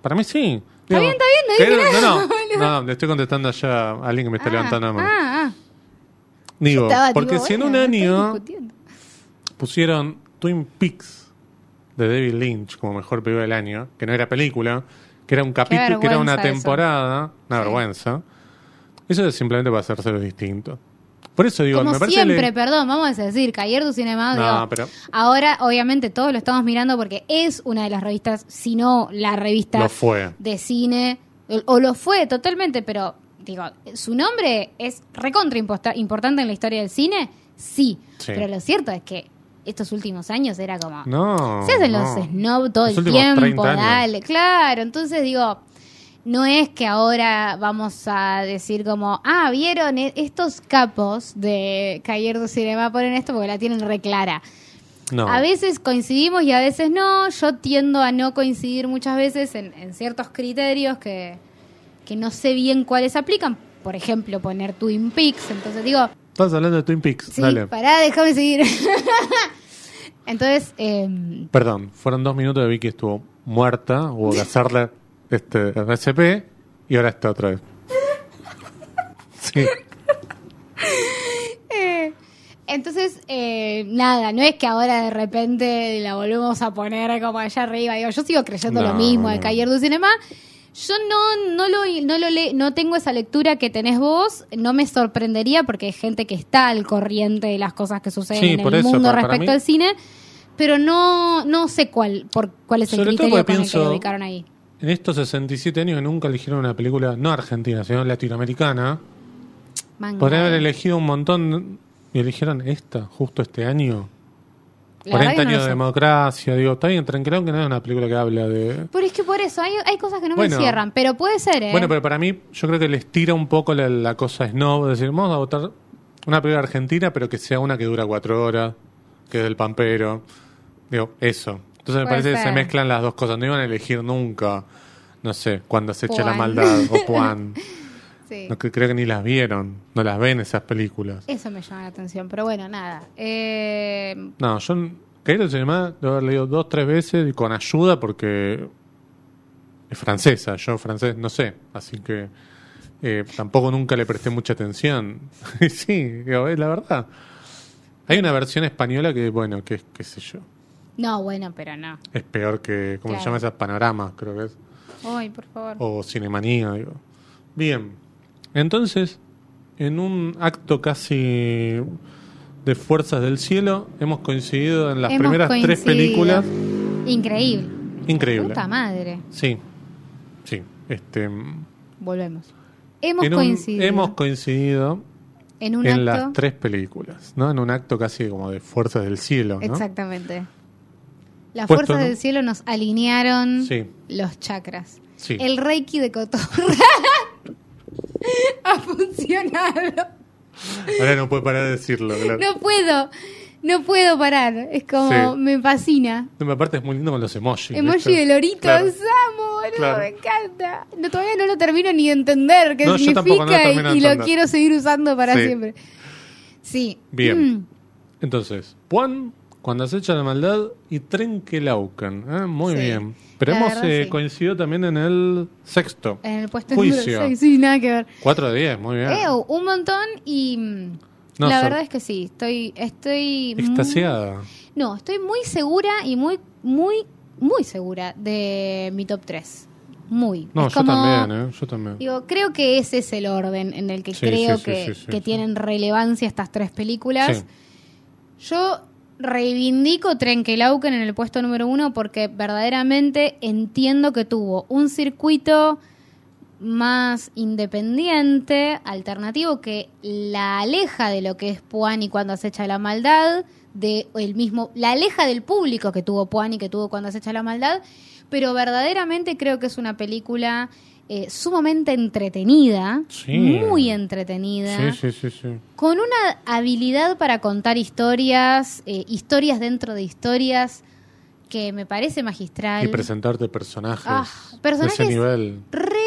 Speaker 1: Para mí sí. Digo,
Speaker 2: bien, está bien, no dije
Speaker 1: creo-
Speaker 2: nada,
Speaker 1: No, no, no, no, le estoy contestando allá a alguien que me está
Speaker 2: Ah,
Speaker 1: levantando la mano.
Speaker 2: ah, ah.
Speaker 1: Digo,
Speaker 2: Estaba,
Speaker 1: porque
Speaker 2: tipo,
Speaker 1: si en
Speaker 2: bueno,
Speaker 1: un
Speaker 2: no estoy
Speaker 1: año
Speaker 2: discutiendo.
Speaker 1: pusieron Twin Peaks de David Lynch como mejor película del año, que no era película, que era un capítulo, que era una
Speaker 2: vergüenza eso.
Speaker 1: temporada, una
Speaker 2: Sí.
Speaker 1: vergüenza. Eso es simplemente para hacerse los distintos. Por eso digo, me
Speaker 2: Como
Speaker 1: parece
Speaker 2: siempre,
Speaker 1: le-
Speaker 2: perdón, vamos a decir, Cayer du Cinema.
Speaker 1: No,
Speaker 2: digo,
Speaker 1: pero-
Speaker 2: Ahora, obviamente, todos lo estamos mirando porque es una de las revistas, si no la revista
Speaker 1: lo fue.
Speaker 2: de cine, o, o lo fue totalmente, pero digo, su nombre es recontra imposta- importante en la historia del cine, sí,
Speaker 1: Sí.
Speaker 2: pero lo cierto es que estos últimos años era como...
Speaker 1: No.
Speaker 2: Se hacen los
Speaker 1: Oh, no.
Speaker 2: snob todo
Speaker 1: Los
Speaker 2: el
Speaker 1: últimos
Speaker 2: tiempo,
Speaker 1: 30 años.
Speaker 2: dale, claro. Entonces digo, no es que ahora vamos a decir como, ah, vieron E- estos capos de Cayer du Cinema ponen esto porque la tienen reclara.
Speaker 1: No.
Speaker 2: A veces coincidimos y a veces no. Yo tiendo a no coincidir muchas veces en, en ciertos criterios que, que no sé bien cuáles aplican. Por ejemplo, poner Twin Peaks. Entonces digo,
Speaker 1: Estás hablando de Twin Peaks,
Speaker 2: sí,
Speaker 1: dale.
Speaker 2: pará, déjame seguir. Entonces, em,
Speaker 1: Perdón, fueron dos minutos de Vicky estuvo muerta, hubo que hacerle este RCP y ahora está otra vez. Sí,
Speaker 2: Eh, Entonces, eh, nada, no es que ahora de repente la volvemos a poner como allá arriba. Digo, yo sigo creyendo lo
Speaker 1: No,
Speaker 2: mismo de
Speaker 1: no.
Speaker 2: Cayer du Cinema. Yo no, no, lo, no, lo le- no tengo esa lectura que tenés vos. No me sorprendería porque hay gente que está al corriente de las cosas que suceden
Speaker 1: Sí,
Speaker 2: en
Speaker 1: por
Speaker 2: el
Speaker 1: eso,
Speaker 2: mundo
Speaker 1: pero para
Speaker 2: respecto
Speaker 1: mí-
Speaker 2: al cine. Pero no, no sé cuál, por, cuál es el
Speaker 1: Sobre todo
Speaker 2: criterio con
Speaker 1: porque
Speaker 2: el que
Speaker 1: pienso-
Speaker 2: lo ubicaron ahí.
Speaker 1: en estos 67 años que nunca eligieron una película no argentina, sino latinoamericana.
Speaker 2: Manga.
Speaker 1: Podrían haber elegido un montón y eligieron esta justo este año.
Speaker 2: La
Speaker 1: 40
Speaker 2: verdad que no lo
Speaker 1: años de
Speaker 2: sé.
Speaker 1: democracia, digo, está bien, tranquilo que no es una película que habla de...
Speaker 2: Pero es que por eso, hay, hay cosas que no
Speaker 1: Bueno.
Speaker 2: me cierran, pero puede ser, ¿eh?
Speaker 1: Bueno, pero para mí, yo creo que les tira un poco la, la cosa snob. Es decir, vamos a votar una película argentina, pero que sea una que dura cuatro horas, que es del pampero. Digo, eso. Entonces me
Speaker 2: Puede
Speaker 1: parece que se
Speaker 2: ser.
Speaker 1: mezclan las dos cosas. No iban a elegir nunca, no sé, cuando se echa la
Speaker 2: Puan.
Speaker 1: maldad o Puan.
Speaker 2: Sí.
Speaker 1: No, que- creo que ni las vieron. No las ven esas películas.
Speaker 2: Eso me llama la atención, pero bueno, nada. Eh,
Speaker 1: No, yo Cairo se llama, lo haber leído dos, tres veces y con ayuda porque es francesa, yo francés no sé, así que eh, tampoco nunca le presté mucha atención. sí, digo, es la verdad. Hay una versión española que, bueno, que es, qué sé yo,
Speaker 2: no, bueno, pero no.
Speaker 1: es peor que, ¿cómo
Speaker 2: Claro.
Speaker 1: se llama esas panoramas, creo que es? Oh,
Speaker 2: Ay, por favor.
Speaker 1: O cinemanía, digo. Bien, entonces, en un acto casi de fuerzas del cielo, hemos coincidido en las
Speaker 2: Hemos
Speaker 1: primeras tres
Speaker 2: coincidido.
Speaker 1: películas.
Speaker 2: Increíble.
Speaker 1: Increíble.
Speaker 2: Puta madre.
Speaker 1: Sí, sí. Este, en
Speaker 2: Volvemos. Hemos
Speaker 1: un-
Speaker 2: coincidido
Speaker 1: hemos coincidido
Speaker 2: en un
Speaker 1: en
Speaker 2: acto.
Speaker 1: las tres películas, ¿no? En un acto casi como de fuerzas del cielo, ¿no?
Speaker 2: Exactamente. Las
Speaker 1: Puesto,
Speaker 2: fuerzas
Speaker 1: ¿no?
Speaker 2: del cielo nos alinearon
Speaker 1: Sí.
Speaker 2: los chakras.
Speaker 1: Sí.
Speaker 2: El reiki de cotorra ha funcionado.
Speaker 1: Ahora no puedo parar de decirlo, claro.
Speaker 2: No puedo, no puedo parar. Es como,
Speaker 1: Sí.
Speaker 2: me fascina.
Speaker 1: No, Aparte es muy lindo con los emojis.
Speaker 2: Emoji
Speaker 1: ¿viste?
Speaker 2: de lorito,
Speaker 1: Claro.
Speaker 2: los amo, boludo,
Speaker 1: Claro.
Speaker 2: me encanta. No, todavía no lo termino ni de entender qué
Speaker 1: No, yo
Speaker 2: significa
Speaker 1: tampoco no lo
Speaker 2: y-
Speaker 1: termino de
Speaker 2: y, lo
Speaker 1: entender.
Speaker 2: quiero seguir usando para
Speaker 1: Sí.
Speaker 2: siempre. Sí.
Speaker 1: Bien.
Speaker 2: Mm,
Speaker 1: Entonces, Juan, cuando acecha la maldad y Trenkelauken. Ah, Muy
Speaker 2: Sí.
Speaker 1: bien. Pero
Speaker 2: La
Speaker 1: hemos
Speaker 2: verdad,
Speaker 1: eh,
Speaker 2: sí. Eh.
Speaker 1: coincidido también en el sexto.
Speaker 2: En el puesto
Speaker 1: Juicio.
Speaker 2: número seis, sí, nada que ver.
Speaker 1: 4 de 10, muy bien.
Speaker 2: Ew, un montón y mm,
Speaker 1: No,
Speaker 2: Eh, uh, la
Speaker 1: sor-
Speaker 2: verdad es que sí, estoy estoy muy-
Speaker 1: Extasiada.
Speaker 2: No, estoy muy segura y muy muy muy segura de mi top 3. Muy.
Speaker 1: No,
Speaker 2: Es
Speaker 1: yo
Speaker 2: como-
Speaker 1: también, ¿eh? Yo también.
Speaker 2: Digo, creo que ese es el orden en el que
Speaker 1: Sí, sí,
Speaker 2: creo
Speaker 1: sí,
Speaker 2: que,
Speaker 1: sí, sí,
Speaker 2: que
Speaker 1: sí.
Speaker 2: tienen relevancia estas tres películas.
Speaker 1: Sí.
Speaker 2: Yo reivindico Trenkelauken en el puesto número uno porque verdaderamente entiendo que tuvo un circuito más independiente, alternativo, que la aleja de lo que es Puani cuando acecha la maldad, de el mismo, la aleja del público que tuvo Puani, que tuvo cuando acecha la maldad, pero verdaderamente creo que es una película eh, sumamente entretenida,
Speaker 1: Sí.
Speaker 2: muy entretenida
Speaker 1: Sí, sí, sí, sí.
Speaker 2: con una habilidad para contar historias, eh, historias dentro de historias, que me parece magistral.
Speaker 1: Y presentarte personajes,
Speaker 2: Ah,
Speaker 1: de
Speaker 2: personajes-
Speaker 1: ese nivel.
Speaker 2: re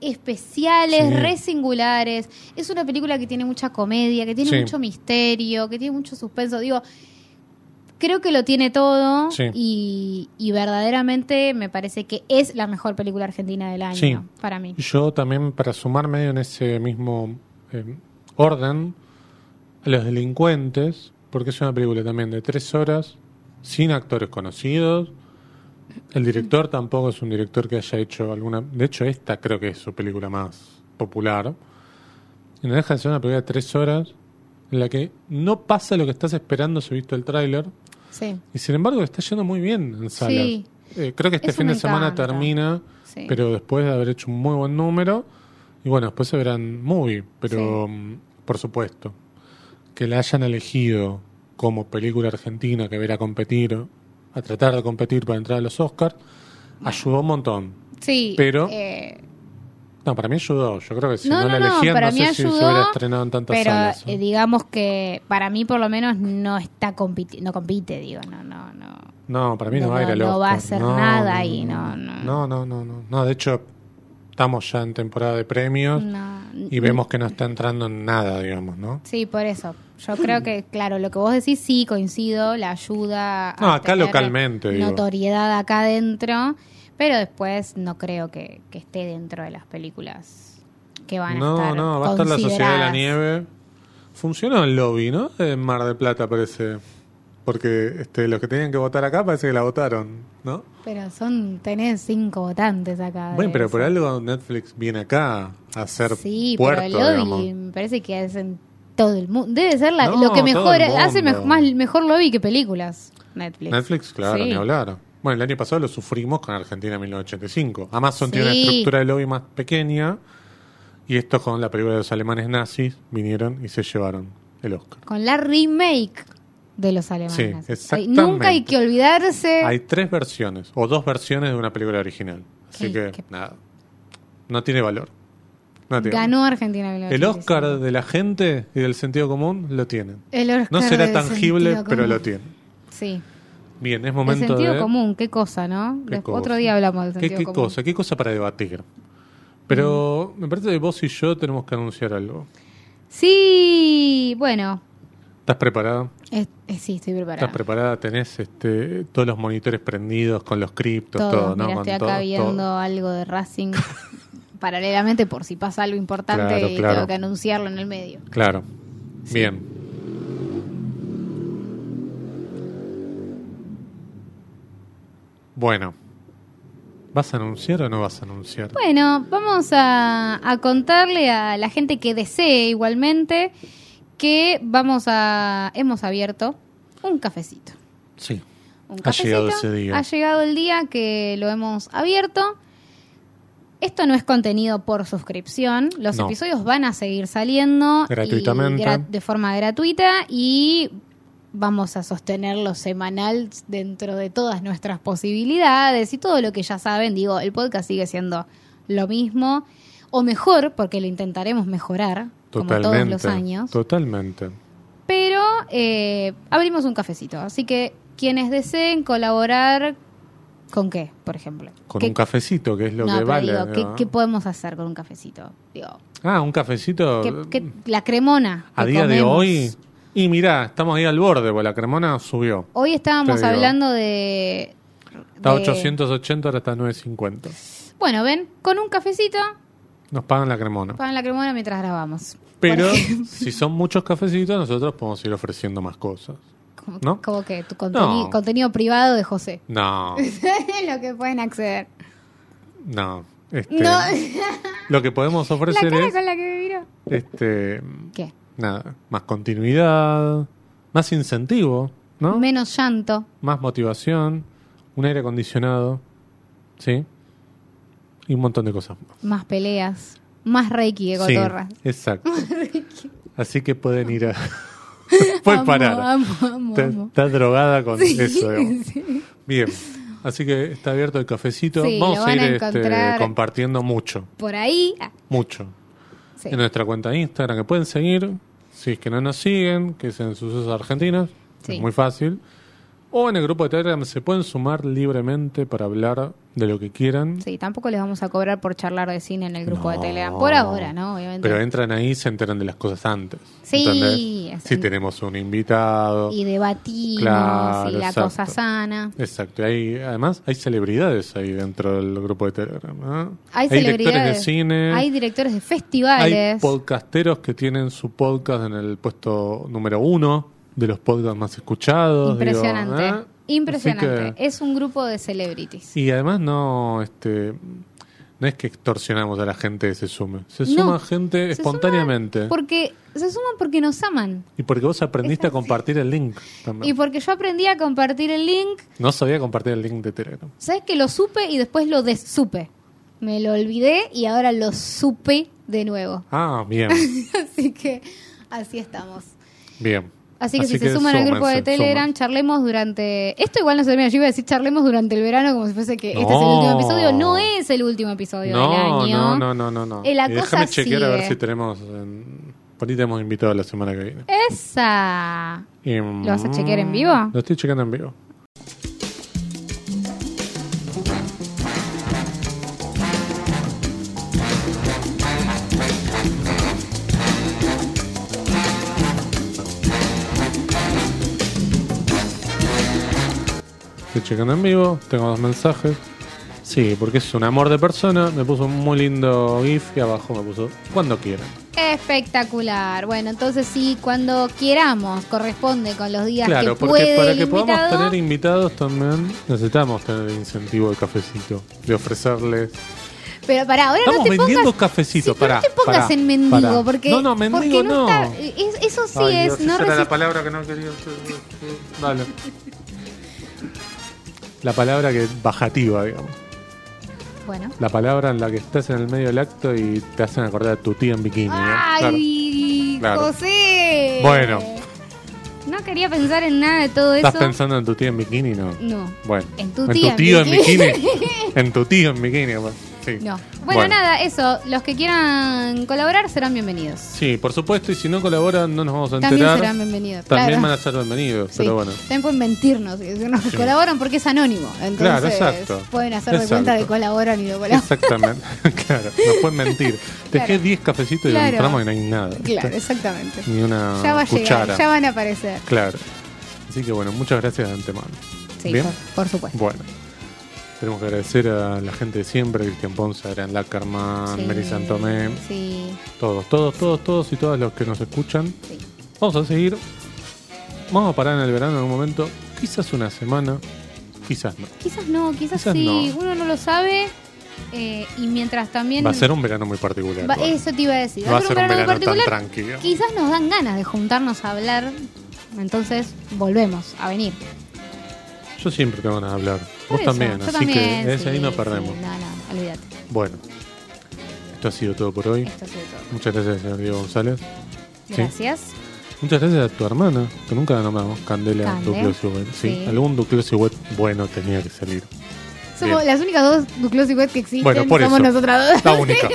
Speaker 2: especiales,
Speaker 1: Sí.
Speaker 2: re singulares. Es una película que tiene mucha comedia, que tiene
Speaker 1: Sí.
Speaker 2: mucho misterio, que tiene mucho suspenso. Digo, creo que lo tiene todo
Speaker 1: Sí.
Speaker 2: y, y verdaderamente me parece que es la mejor película argentina del año
Speaker 1: Sí.
Speaker 2: para mí.
Speaker 1: Yo también, para sumar medio en ese mismo eh, orden, a los delincuentes, porque es una película también de tres horas, sin actores conocidos. El director tampoco es un director que haya hecho alguna. De hecho, esta creo que es su película más popular. Y no deja de ser una película de tres horas en la que no pasa lo que estás esperando si visto el tráiler.
Speaker 2: Sí,
Speaker 1: Y sin embargo, le está yendo muy bien en salas.
Speaker 2: Sí.
Speaker 1: Eh, creo que este
Speaker 2: Eso
Speaker 1: fin
Speaker 2: me
Speaker 1: de semana
Speaker 2: encanta.
Speaker 1: termina,
Speaker 2: Sí.
Speaker 1: pero después de haber hecho un muy buen número. Y bueno, después se verán movie, pero mm, por supuesto, que la hayan elegido como película argentina que verá a competir, a tratar de competir para entrar a los Oscars, ayudó un montón.
Speaker 2: sí.
Speaker 1: Pero-
Speaker 2: eh,
Speaker 1: No, para mí ayudó. Yo creo que si
Speaker 2: No,
Speaker 1: no,
Speaker 2: no,
Speaker 1: la
Speaker 2: no,
Speaker 1: elegían,
Speaker 2: para
Speaker 1: no,
Speaker 2: mí
Speaker 1: sé si se
Speaker 2: ayudó,
Speaker 1: hubiera estrenado en tantas
Speaker 2: pero
Speaker 1: salas. ¿eh?
Speaker 2: eh, digamos que para mí por lo menos no está compiti no compite digo no no no
Speaker 1: No, para mí no,
Speaker 2: No,
Speaker 1: va a ir al
Speaker 2: no va a
Speaker 1: Oscar.
Speaker 2: hacer nada ahí, no, no.
Speaker 1: No, no, no, no. No, de hecho, estamos ya en temporada de premios
Speaker 2: no
Speaker 1: y
Speaker 2: mm.
Speaker 1: vemos que no está entrando en nada, digamos, ¿no?
Speaker 2: sí por eso yo creo que claro lo que vos decís sí coincido la ayuda a
Speaker 1: No, acá
Speaker 2: tener
Speaker 1: localmente, digo.
Speaker 2: notoriedad acá dentro pero después no creo que, que esté dentro de las películas que van a
Speaker 1: No,
Speaker 2: estar
Speaker 1: no, va a estar la Sociedad de la
Speaker 2: consideradas.
Speaker 1: Nieve. Funcionó el lobby, ¿no? En Mar del Plata parece. Porque este, los que tenían que votar acá parece que la votaron, ¿no?
Speaker 2: pero son tenés cinco votantes acá de
Speaker 1: Bueno, pero por
Speaker 2: eso.
Speaker 1: algo Netflix viene acá a hacer
Speaker 2: Sí,
Speaker 1: puerto,
Speaker 2: pero el lobby
Speaker 1: digamos.
Speaker 2: me parece que hacen todo el mundo. Debe ser la-
Speaker 1: No,
Speaker 2: lo que
Speaker 1: todo
Speaker 2: mejor
Speaker 1: el mundo.
Speaker 2: hace mej- más, mejor lobby que películas. Netflix.
Speaker 1: Netflix, claro,
Speaker 2: Sí.
Speaker 1: ni hablar. Bueno, el año pasado lo sufrimos con Argentina 1985. Amazon tiene una
Speaker 2: Sí.
Speaker 1: estructura de lobby más pequeña y estos con la película de los alemanes nazis vinieron y se llevaron el Oscar.
Speaker 2: Con la remake de los alemanes.
Speaker 1: Sí,
Speaker 2: Ay,
Speaker 1: exactamente.
Speaker 2: Nunca hay que olvidarse.
Speaker 1: Hay tres versiones o dos versiones de una película original. Así
Speaker 2: Qué-
Speaker 1: que,
Speaker 2: qué-
Speaker 1: nada, no tiene valor. No tiene valor.
Speaker 2: ganó Argentina.
Speaker 1: El Oscar de la gente y del sentido común lo tienen.
Speaker 2: El Oscar
Speaker 1: No será
Speaker 2: de
Speaker 1: tangible,
Speaker 2: sentido
Speaker 1: pero
Speaker 2: común.
Speaker 1: lo tienen.
Speaker 2: Sí.
Speaker 1: Bien, es
Speaker 2: El
Speaker 1: momento
Speaker 2: sentido
Speaker 1: de...
Speaker 2: común, qué cosa, ¿no?
Speaker 1: ¿Qué
Speaker 2: Después-
Speaker 1: cosa?
Speaker 2: Otro día hablamos del
Speaker 1: ¿Qué,
Speaker 2: sentido
Speaker 1: qué
Speaker 2: común. Mm.
Speaker 1: cosa? ¿Qué cosa para debatir? Pero me parece que vos y yo tenemos que anunciar algo.
Speaker 2: Sí, bueno.
Speaker 1: ¿Estás preparada?
Speaker 2: es- es- sí, estoy preparada.
Speaker 1: ¿Estás preparada? Tenés este, todos los monitores prendidos con los criptos, todo,
Speaker 2: Todo,
Speaker 1: ¿no?
Speaker 2: mira,
Speaker 1: Con
Speaker 2: estoy acá
Speaker 1: todo,
Speaker 2: viendo
Speaker 1: todo.
Speaker 2: algo de Racing paralelamente por si pasa algo importante
Speaker 1: Claro,
Speaker 2: y
Speaker 1: claro.
Speaker 2: tengo que anunciarlo en el medio.
Speaker 1: Claro. Bien. Bueno, ¿Vas a anunciar o no vas a anunciar?
Speaker 2: Bueno, vamos a, a contarle a la gente que desee igualmente que vamos a hemos abierto un cafecito.
Speaker 1: Sí.
Speaker 2: Un
Speaker 1: Ha
Speaker 2: cafecito.
Speaker 1: llegado ese día.
Speaker 2: Ha llegado el día que lo hemos abierto. Esto no es contenido por suscripción. Los
Speaker 1: No.
Speaker 2: episodios van a seguir saliendo y
Speaker 1: Gratuitamente.
Speaker 2: gra- de forma gratuita y vamos a sostenerlo semanal dentro de todas nuestras posibilidades y todo lo que ya saben. Digo, el podcast sigue siendo lo mismo o mejor porque lo intentaremos mejorar como todos los años.
Speaker 1: Totalmente.
Speaker 2: Pero eh, abrimos un cafecito. Así que quienes deseen colaborar, ¿con qué, por ejemplo?
Speaker 1: Con
Speaker 2: ¿Qué-
Speaker 1: un cafecito, que es lo
Speaker 2: no,
Speaker 1: que
Speaker 2: pero
Speaker 1: vale.
Speaker 2: digo, ¿qué-
Speaker 1: ¿no?
Speaker 2: ¿qué, podemos hacer con un cafecito? Digo,
Speaker 1: Ah, un cafecito.
Speaker 2: ¿qué- qué- la cremona.
Speaker 1: a
Speaker 2: que
Speaker 1: día de
Speaker 2: comemos.
Speaker 1: hoy. Y mirá, estamos ahí al borde, porque la cremona subió.
Speaker 2: Hoy estábamos
Speaker 1: Te digo.
Speaker 2: hablando de.
Speaker 1: Está
Speaker 2: de-
Speaker 1: 880, ahora está 950.
Speaker 2: Bueno, ven, con un cafecito,
Speaker 1: Nos pagan la cremona.
Speaker 2: pagan la cremona mientras grabamos.
Speaker 1: Pero
Speaker 2: Por-
Speaker 1: si son muchos cafecitos, nosotros podemos ir ofreciendo más cosas.
Speaker 2: Como,
Speaker 1: ¿no?
Speaker 2: como que tu conteni-
Speaker 1: No.
Speaker 2: contenido privado de José.
Speaker 1: No,
Speaker 2: Es lo que pueden acceder.
Speaker 1: no. Este,
Speaker 2: No,
Speaker 1: Lo que podemos
Speaker 2: la
Speaker 1: ofrecer
Speaker 2: cara
Speaker 1: es
Speaker 2: con la que me miró.
Speaker 1: este,
Speaker 2: ¿Qué?
Speaker 1: nada, más continuidad, más incentivo, ¿no?
Speaker 2: Menos llanto.
Speaker 1: Más motivación, un aire acondicionado, ¿sí? Y un montón de cosas. más.
Speaker 2: Más peleas. Más reiki de
Speaker 1: Sí,
Speaker 2: cotorras.
Speaker 1: exacto. Así que pueden ir a... Pueden
Speaker 2: Amo,
Speaker 1: parar.
Speaker 2: Amo, amo,
Speaker 1: Está,
Speaker 2: amo.
Speaker 1: está drogada con eso. digamos.
Speaker 2: Sí.
Speaker 1: Bien. Así que está abierto el cafecito.
Speaker 2: Sí, lo
Speaker 1: Vamos a
Speaker 2: van
Speaker 1: ir
Speaker 2: a
Speaker 1: este,
Speaker 2: encontrar.
Speaker 1: compartiendo mucho,
Speaker 2: Por ahí. ah,
Speaker 1: mucho.
Speaker 2: sí.
Speaker 1: En nuestra cuenta de Instagram que pueden seguir, si es que no nos siguen, que es en Sucesos Argentinos,
Speaker 2: Sí.
Speaker 1: es muy fácil. O en el grupo de Telegram se pueden sumar libremente para hablar de lo que quieran.
Speaker 2: Sí, tampoco les vamos a cobrar por charlar de cine en el grupo de
Speaker 1: No.
Speaker 2: Telegram. Por ahora, ¿no? Obviamente.
Speaker 1: Pero entran ahí y se enteran de las cosas antes.
Speaker 2: Sí,
Speaker 1: ¿entendés?
Speaker 2: es-
Speaker 1: Si tenemos un invitado.
Speaker 2: y debatimos
Speaker 1: Claro,
Speaker 2: y la
Speaker 1: exacto.
Speaker 2: cosa sana.
Speaker 1: Exacto, y hay, además hay celebridades ahí dentro del grupo de Telegram. ¿no?
Speaker 2: Hay,
Speaker 1: directores
Speaker 2: celebridades.
Speaker 1: de cine,
Speaker 2: Hay directores de festivales.
Speaker 1: hay podcasteros que tienen su podcast en el puesto número uno de los podcasts más escuchados. digo,
Speaker 2: Impresionante.
Speaker 1: ¿eh?
Speaker 2: Impresionante.
Speaker 1: Así que-
Speaker 2: Es un grupo de celebrities.
Speaker 1: y además no, este, no es que extorsionamos a la gente que se sume, se
Speaker 2: No,
Speaker 1: suma gente
Speaker 2: se
Speaker 1: espontáneamente.
Speaker 2: Porque se suman porque nos aman.
Speaker 1: Y porque vos aprendiste a compartir el link
Speaker 2: Y
Speaker 1: también.
Speaker 2: porque yo aprendí a compartir el link
Speaker 1: No sabía compartir el link de Telegram.
Speaker 2: ¿Sabes que lo supe y después lo desupe? Me lo olvidé y ahora lo supe de nuevo.
Speaker 1: Ah, bien,
Speaker 2: Así que así estamos.
Speaker 1: bien.
Speaker 2: Así que si se suman al grupo de
Speaker 1: súmense,
Speaker 2: Telegram,
Speaker 1: súmense.
Speaker 2: charlemos durante... Esto igual no se termina, yo iba a decir charlemos durante el verano como si fuese que este es el
Speaker 1: No.
Speaker 2: último episodio. No es el último episodio del año.
Speaker 1: No, no, no, no. no.
Speaker 2: Eh, la
Speaker 1: Y
Speaker 2: cosa
Speaker 1: déjame chequear a ver
Speaker 2: sigue.
Speaker 1: si tenemos. en- Por ahí tenemos invitado la semana que viene.
Speaker 2: Esa.
Speaker 1: Y,
Speaker 2: ¿Lo vas a
Speaker 1: mm,
Speaker 2: chequear en vivo?
Speaker 1: Lo estoy chequeando en vivo. Estoy chequeando en vivo, tengo dos mensajes. Sí, porque es un amor de persona. Me puso un muy lindo GIF y abajo me puso cuando quieran.
Speaker 2: Espectacular. Bueno, entonces sí, cuando queramos, corresponde con los días
Speaker 1: Claro,
Speaker 2: que
Speaker 1: porque
Speaker 2: puede
Speaker 1: para
Speaker 2: el
Speaker 1: que podamos
Speaker 2: invitado.
Speaker 1: tener invitados también necesitamos tener el incentivo del cafecito, de ofrecerles.
Speaker 2: Pero pará, ahora
Speaker 1: Estamos
Speaker 2: no te
Speaker 1: vendiendo
Speaker 2: pongas
Speaker 1: cafecito,
Speaker 2: Sí, pero
Speaker 1: pará,
Speaker 2: no te pongas
Speaker 1: pará,
Speaker 2: en mendigo,
Speaker 1: pará.
Speaker 2: porque.
Speaker 1: No, no, mendigo
Speaker 2: porque
Speaker 1: no.
Speaker 2: está- es- eso sí
Speaker 1: Ay,
Speaker 2: es.
Speaker 1: Dios,
Speaker 2: No
Speaker 1: esa era
Speaker 2: resist-
Speaker 1: la palabra que no quería. Dale. La palabra que bajativa, digamos.
Speaker 2: Bueno.
Speaker 1: La palabra en la que estás en el medio del acto y te hacen acordar a tu tía en bikini. ¿eh? Claro.
Speaker 2: ¡Ay,
Speaker 1: Claro.
Speaker 2: José!
Speaker 1: Bueno.
Speaker 2: No quería pensar en nada de todo
Speaker 1: ¿Estás
Speaker 2: eso.
Speaker 1: pensando en tu tía en bikini? No.
Speaker 2: No.
Speaker 1: Bueno.
Speaker 2: En tu tía en
Speaker 1: tío en
Speaker 2: bikini.
Speaker 1: bikini. en tu tío en bikini. pues, Sí.
Speaker 2: No. Bueno, nada, eso. Los que quieran colaborar serán bienvenidos.
Speaker 1: Sí, por supuesto, y si no colaboran no nos vamos a
Speaker 2: También
Speaker 1: enterar.
Speaker 2: serán bienvenidos.
Speaker 1: También
Speaker 2: claro.
Speaker 1: van a ser bienvenidos,
Speaker 2: Sí.
Speaker 1: pero bueno.
Speaker 2: También pueden mentirnos y decirnos que
Speaker 1: Sí.
Speaker 2: colaboran porque es anónimo. Entonces
Speaker 1: Claro, exacto.
Speaker 2: pueden hacer de cuenta
Speaker 1: Exacto.
Speaker 2: que colaboran y lo colaboran.
Speaker 1: Exactamente, claro, nos pueden mentir. Dejé
Speaker 2: Claro.
Speaker 1: 10 cafecitos y
Speaker 2: Claro.
Speaker 1: entramos y no hay nada.
Speaker 2: Claro, exactamente.
Speaker 1: Ni una
Speaker 2: ya va a
Speaker 1: cuchara.
Speaker 2: llegar, ya van a aparecer.
Speaker 1: Claro. Así que bueno, muchas gracias de antemano.
Speaker 2: Sí,
Speaker 1: Bien.
Speaker 2: por, por supuesto.
Speaker 1: Bueno, tenemos que agradecer a la gente de siempre, Cristian Ponza, Gran Lacarman,
Speaker 2: Sí,
Speaker 1: Mary Santomé,
Speaker 2: Sí,
Speaker 1: todos, todos, todos, todos y todas los que nos escuchan.
Speaker 2: sí.
Speaker 1: Vamos a seguir. Vamos a parar en el verano en un momento, quizás una semana, Quizás no.
Speaker 2: Quizás no, quizás,
Speaker 1: Quizás
Speaker 2: sí.
Speaker 1: no.
Speaker 2: Uno no lo sabe. eh, y mientras también.
Speaker 1: Va a ser un verano muy particular.
Speaker 2: Va-
Speaker 1: igual.
Speaker 2: eso te iba a decir.
Speaker 1: Va a ser un
Speaker 2: verano
Speaker 1: verano tan
Speaker 2: particular.
Speaker 1: tranquilo.
Speaker 2: Quizás nos dan ganas de juntarnos a hablar. Entonces volvemos a venir.
Speaker 1: Yo siempre tengo ganas de hablar.
Speaker 2: Por
Speaker 1: Vos
Speaker 2: eso,
Speaker 1: también,
Speaker 2: yo
Speaker 1: así
Speaker 2: también,
Speaker 1: que ese ahí
Speaker 2: sí,
Speaker 1: no
Speaker 2: sí,
Speaker 1: perdemos.
Speaker 2: no, no, olvídate.
Speaker 1: Bueno, esto ha sido todo por hoy.
Speaker 2: Esto ha sido todo.
Speaker 1: Muchas gracias, señor Diego González. Sí.
Speaker 2: Gracias.
Speaker 1: Muchas gracias a tu hermana, que nunca la nombramos, Candela
Speaker 2: Cande.
Speaker 1: Duclosio Web. Sí,
Speaker 2: Sí.
Speaker 1: algún Duclosio Web bueno tenía que salir.
Speaker 2: Somos
Speaker 1: Bien.
Speaker 2: las únicas dos Duclos y Wet que existen.
Speaker 1: Bueno, por
Speaker 2: Somos
Speaker 1: eso.
Speaker 2: nosotras dos.
Speaker 1: La única.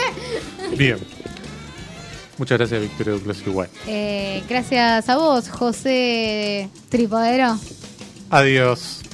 Speaker 1: Bien. Muchas gracias, Victoria Duclosio Web.
Speaker 2: Eh, gracias a vos, José Tripodero.
Speaker 1: Adiós.